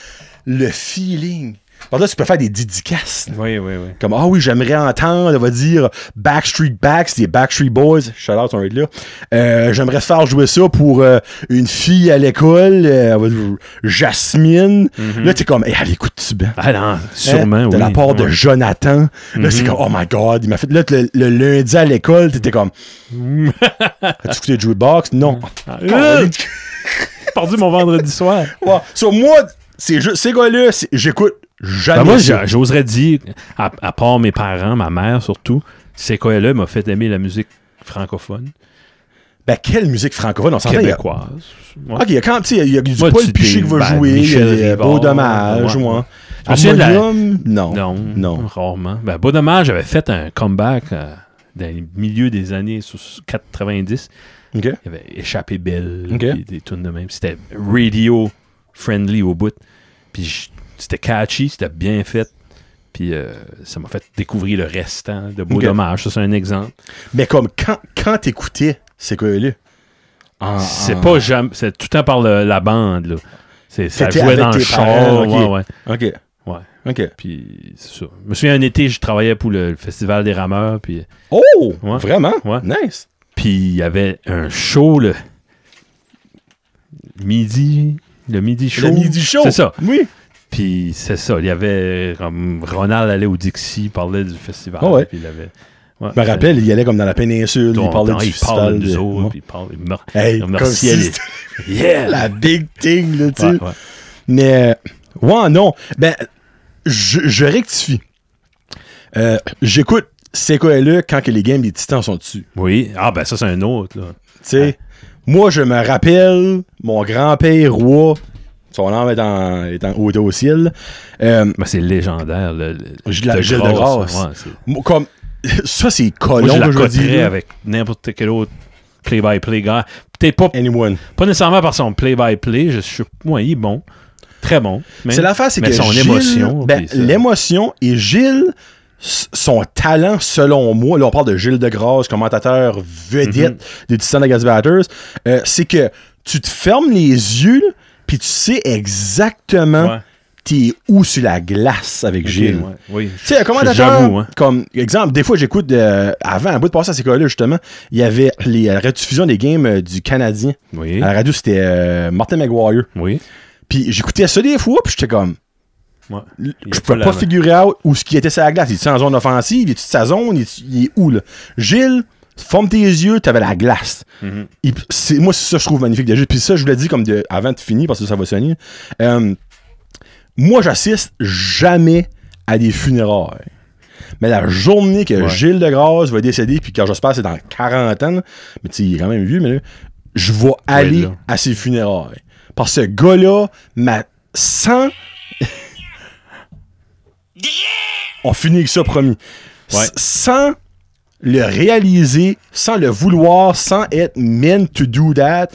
Speaker 1: le feeling. Parce que là, tu peux faire des dédicaces. là.
Speaker 2: Oui, oui, oui.
Speaker 1: Comme, ah oui, j'aimerais entendre, on va dire, Backstreet Backs, des Backstreet Boys. Shout out, on va être là. Euh, j'aimerais faire jouer ça pour euh, une fille à l'école, euh, on va dire Jasmine. Là, t'es comme, hey, elle écoute-tu bien?
Speaker 2: Ah non, Mhm. sûrement,
Speaker 1: Hein?
Speaker 2: oui.
Speaker 1: De la part de
Speaker 2: Ouais. Mhm.
Speaker 1: Jonathan. Là, c'est comme, oh my god, il m'a fait. Là, le, le lundi à l'école, t'étais comme. As-tu écouté Jukebox? Non.
Speaker 2: Ah, euh, J'ai perdu mon vendredi soir.
Speaker 1: Ouais. So, moi, c'est juste, ces gars-là, c'est- j'écoute jamais.
Speaker 2: Ben, moi,
Speaker 1: ça.
Speaker 2: j'a- j'oserais dire, à, à part mes parents, ma mère surtout, CKLE m'a fait aimer la musique francophone,
Speaker 1: Ben, quelle musique francophone, on s'entend. il y a-
Speaker 2: québécoise. Ouais.
Speaker 1: Ok, il y a quand tu sais, il y a du
Speaker 2: Moi,
Speaker 1: Paul
Speaker 2: tu
Speaker 1: Piché
Speaker 2: t'es-
Speaker 1: qui va
Speaker 2: ben,
Speaker 1: jouer, il y a
Speaker 2: Michel
Speaker 1: des
Speaker 2: Rivard,
Speaker 1: beau dommage,
Speaker 2: ouais.
Speaker 1: ouais.
Speaker 2: Je me souviens de la-
Speaker 1: Harmonium, non.
Speaker 2: Non,
Speaker 1: Ah, Non.
Speaker 2: rarement. Ben, bon dommage, j'avais fait un comeback euh, dans le milieu des années sous- 90.
Speaker 1: Ok.
Speaker 2: Il y avait Échappé Belle,
Speaker 1: Ok.
Speaker 2: puis des tunes de même. C'était radio friendly au bout. Puis je- c'était catchy, c'était bien fait. Puis euh, ça m'a fait découvrir le restant de Beau
Speaker 1: Ok.
Speaker 2: Dommage. Ça, c'est un exemple.
Speaker 1: Mais comme quand, quand t'écoutais, c'est quoi là? En-
Speaker 2: C'est
Speaker 1: en-
Speaker 2: pas jamais. C'est tout le temps par le- la bande, là. C'est, ça
Speaker 1: C'était
Speaker 2: jouait
Speaker 1: avec
Speaker 2: dans le
Speaker 1: tes
Speaker 2: char.
Speaker 1: parents, ok.
Speaker 2: Ouais, ouais.
Speaker 1: Ok.
Speaker 2: Ouais.
Speaker 1: Ok.
Speaker 2: Puis c'est ça. Je me souviens, un été, je travaillais pour le, le Festival des Rameurs. Puis
Speaker 1: Oh!
Speaker 2: Ouais.
Speaker 1: Vraiment?
Speaker 2: Ouais.
Speaker 1: Nice.
Speaker 2: Puis il y avait un show le midi, le midi show.
Speaker 1: Le midi show.
Speaker 2: C'est ça.
Speaker 1: Oui.
Speaker 2: Puis c'est ça, il y avait comme Ronald allait au Dixie, il parlait du festival.
Speaker 1: Ah ouais.
Speaker 2: Puis il avait. Ouais,
Speaker 1: Je me rappelle, il y allait comme dans la péninsule, il parlait du
Speaker 2: il parle
Speaker 1: festival.
Speaker 2: nous
Speaker 1: de-
Speaker 2: autres,
Speaker 1: Ouais.
Speaker 2: puis il parle. Il meurt.
Speaker 1: Hey,
Speaker 2: Comme leur
Speaker 1: comme si
Speaker 2: ciel
Speaker 1: c'était
Speaker 2: Yeah!
Speaker 1: la big thing, là, tu sais.
Speaker 2: Ouais, ouais.
Speaker 1: Mais, euh, ouais, non. Ben, je, je rectifie. Euh, J'écoute c'est quoi là quand que les games des titans sont dessus.
Speaker 2: Oui. Ah, ben ça, c'est un autre, là.
Speaker 1: Tu sais, moi, je me rappelle mon grand-père roi, son âme est en, est en haut au ciel. Euh,
Speaker 2: Ben, c'est légendaire, le. le-
Speaker 1: Gilles- la Gilles de Grasse.
Speaker 2: Ouais, c'est-
Speaker 1: moi, comme, ça, c'est
Speaker 2: Moi,
Speaker 1: colon
Speaker 2: je la
Speaker 1: que je veux
Speaker 2: coterais
Speaker 1: dire.
Speaker 2: avec n'importe quel autre play-by-play gars. T'es pas,
Speaker 1: Anyone.
Speaker 2: pas nécessairement par son play-by-play, je suis moi, il est bon. très bon. mais-
Speaker 1: C'est l'affaire, c'est
Speaker 2: mais
Speaker 1: que
Speaker 2: son
Speaker 1: Gilles-
Speaker 2: émotion,
Speaker 1: ben,
Speaker 2: puis ça.
Speaker 1: l'émotion et Gilles, s- son talent, selon moi, là on parle de Gilles Degrasse, commentateur
Speaker 2: Mhm.
Speaker 1: vedette des Titans de Batters, euh, c'est que tu te fermes les yeux, là, puis tu sais exactement
Speaker 2: Ouais.
Speaker 1: t'es où sur la glace avec hein? Gilles.
Speaker 2: Ok, ouais, Oui.
Speaker 1: Tu sais, un commentateur,
Speaker 2: J'avoue, hein.
Speaker 1: comme exemple, des fois j'écoute, euh, avant, un bout de passer à ces là justement, il y avait les euh, rediffusions des games euh, du Canadien.
Speaker 2: Oui.
Speaker 1: À la radio, c'était euh, Martin McGuire.
Speaker 2: Oui.
Speaker 1: Puis j'écoutais ça des fois, puis j'étais comme.
Speaker 2: Ouais.
Speaker 1: Je peux pas figurer out où ce qui était sa glace. Il était en zone offensive, il était sa zone, il est, il est où là? Gilles, forme tes yeux, t'avais la glace.
Speaker 2: Mhm.
Speaker 1: Il- c'est, moi, c'est ça que je trouve magnifique de Gilles. Puis ça, je vous l'ai dit comme de, avant de finir, parce que ça va sonner. Euh, moi, j'assiste jamais à des funérailles. Mais la journée que
Speaker 2: Ouais.
Speaker 1: Gilles Degrasse va décéder, puis quand j'espère c'est dans la quarantaine, mais tu sais, il est quand même vieux, mais là, je vais aller
Speaker 2: là.
Speaker 1: à ses funérailles. Parce que ce gars-là m'a sans. On finit avec ça, promis. S-
Speaker 2: Ouais.
Speaker 1: Sans le réaliser, sans le vouloir, sans être meant to do that,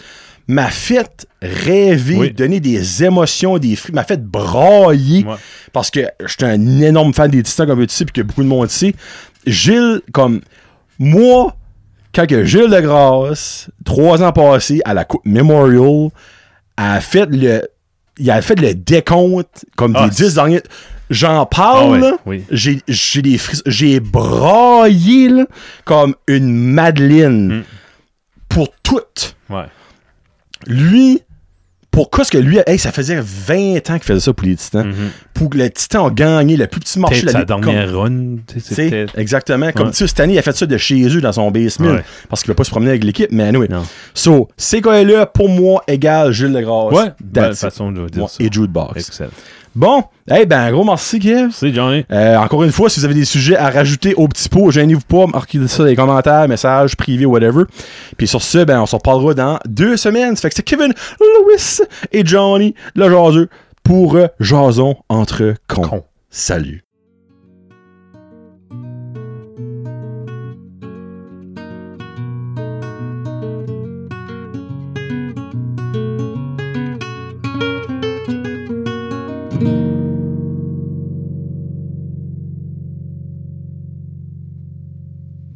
Speaker 1: m'a fait rêver,
Speaker 2: Oui.
Speaker 1: donner des émotions, des fruits, m'a fait brailler.
Speaker 2: Ouais.
Speaker 1: Parce que j'étais un énorme fan des Titans, comme tu sais, puis que beaucoup de monde sait. Gilles, comme moi, quand que Gilles Degrasse, trois ans passés, à la Coupe Memorial, a fait le. Il a fait le décompte comme
Speaker 2: Ah,
Speaker 1: des dix derniers. J'en parle,
Speaker 2: Ah ouais,
Speaker 1: là,
Speaker 2: oui.
Speaker 1: j'ai j'ai des frissons. J'ai braillé là, comme une madeleine
Speaker 2: Mm.
Speaker 1: pour toutes.
Speaker 2: Ouais.
Speaker 1: Lui, pourquoi est-ce que lui, hey, ça faisait 20 ans qu'il faisait ça pour les Titans.
Speaker 2: Mhm.
Speaker 1: Pour que les Titans ont gagné le plus petit marché
Speaker 2: Peut-être
Speaker 1: de la
Speaker 2: sa
Speaker 1: Ligue. comme-
Speaker 2: dernière run. tu sais,
Speaker 1: tu
Speaker 2: c'est
Speaker 1: sais,
Speaker 2: peut-être-
Speaker 1: exactement. Comme
Speaker 2: Ouais.
Speaker 1: tu sais, cette année, il a fait ça de chez eux dans son basement
Speaker 2: Ouais.
Speaker 1: parce qu'il ne veut pas se promener avec l'équipe. Mais anyway.
Speaker 2: Non.
Speaker 1: So, ces gars-là, pour moi, égale Gilles Legrasse.
Speaker 2: Ouais. Belle
Speaker 1: That's it.
Speaker 2: façon de dire
Speaker 1: Moi,
Speaker 2: ça.
Speaker 1: et Jude Box.
Speaker 2: Excellent.
Speaker 1: Bon, hey, ben, un gros merci, Kev.
Speaker 2: C'est Johnny.
Speaker 1: Euh, encore une fois, si vous avez des sujets à rajouter au petit pot, gênez-vous pas, marquez ça dans les commentaires, messages privés, whatever. Puis sur ce, ben, on s'en reparlera dans deux semaines. Ça fait que c'est Kevin, Louis et Johnny, le jaseux, pour euh, Jason entre cons.
Speaker 2: Con.
Speaker 1: Salut.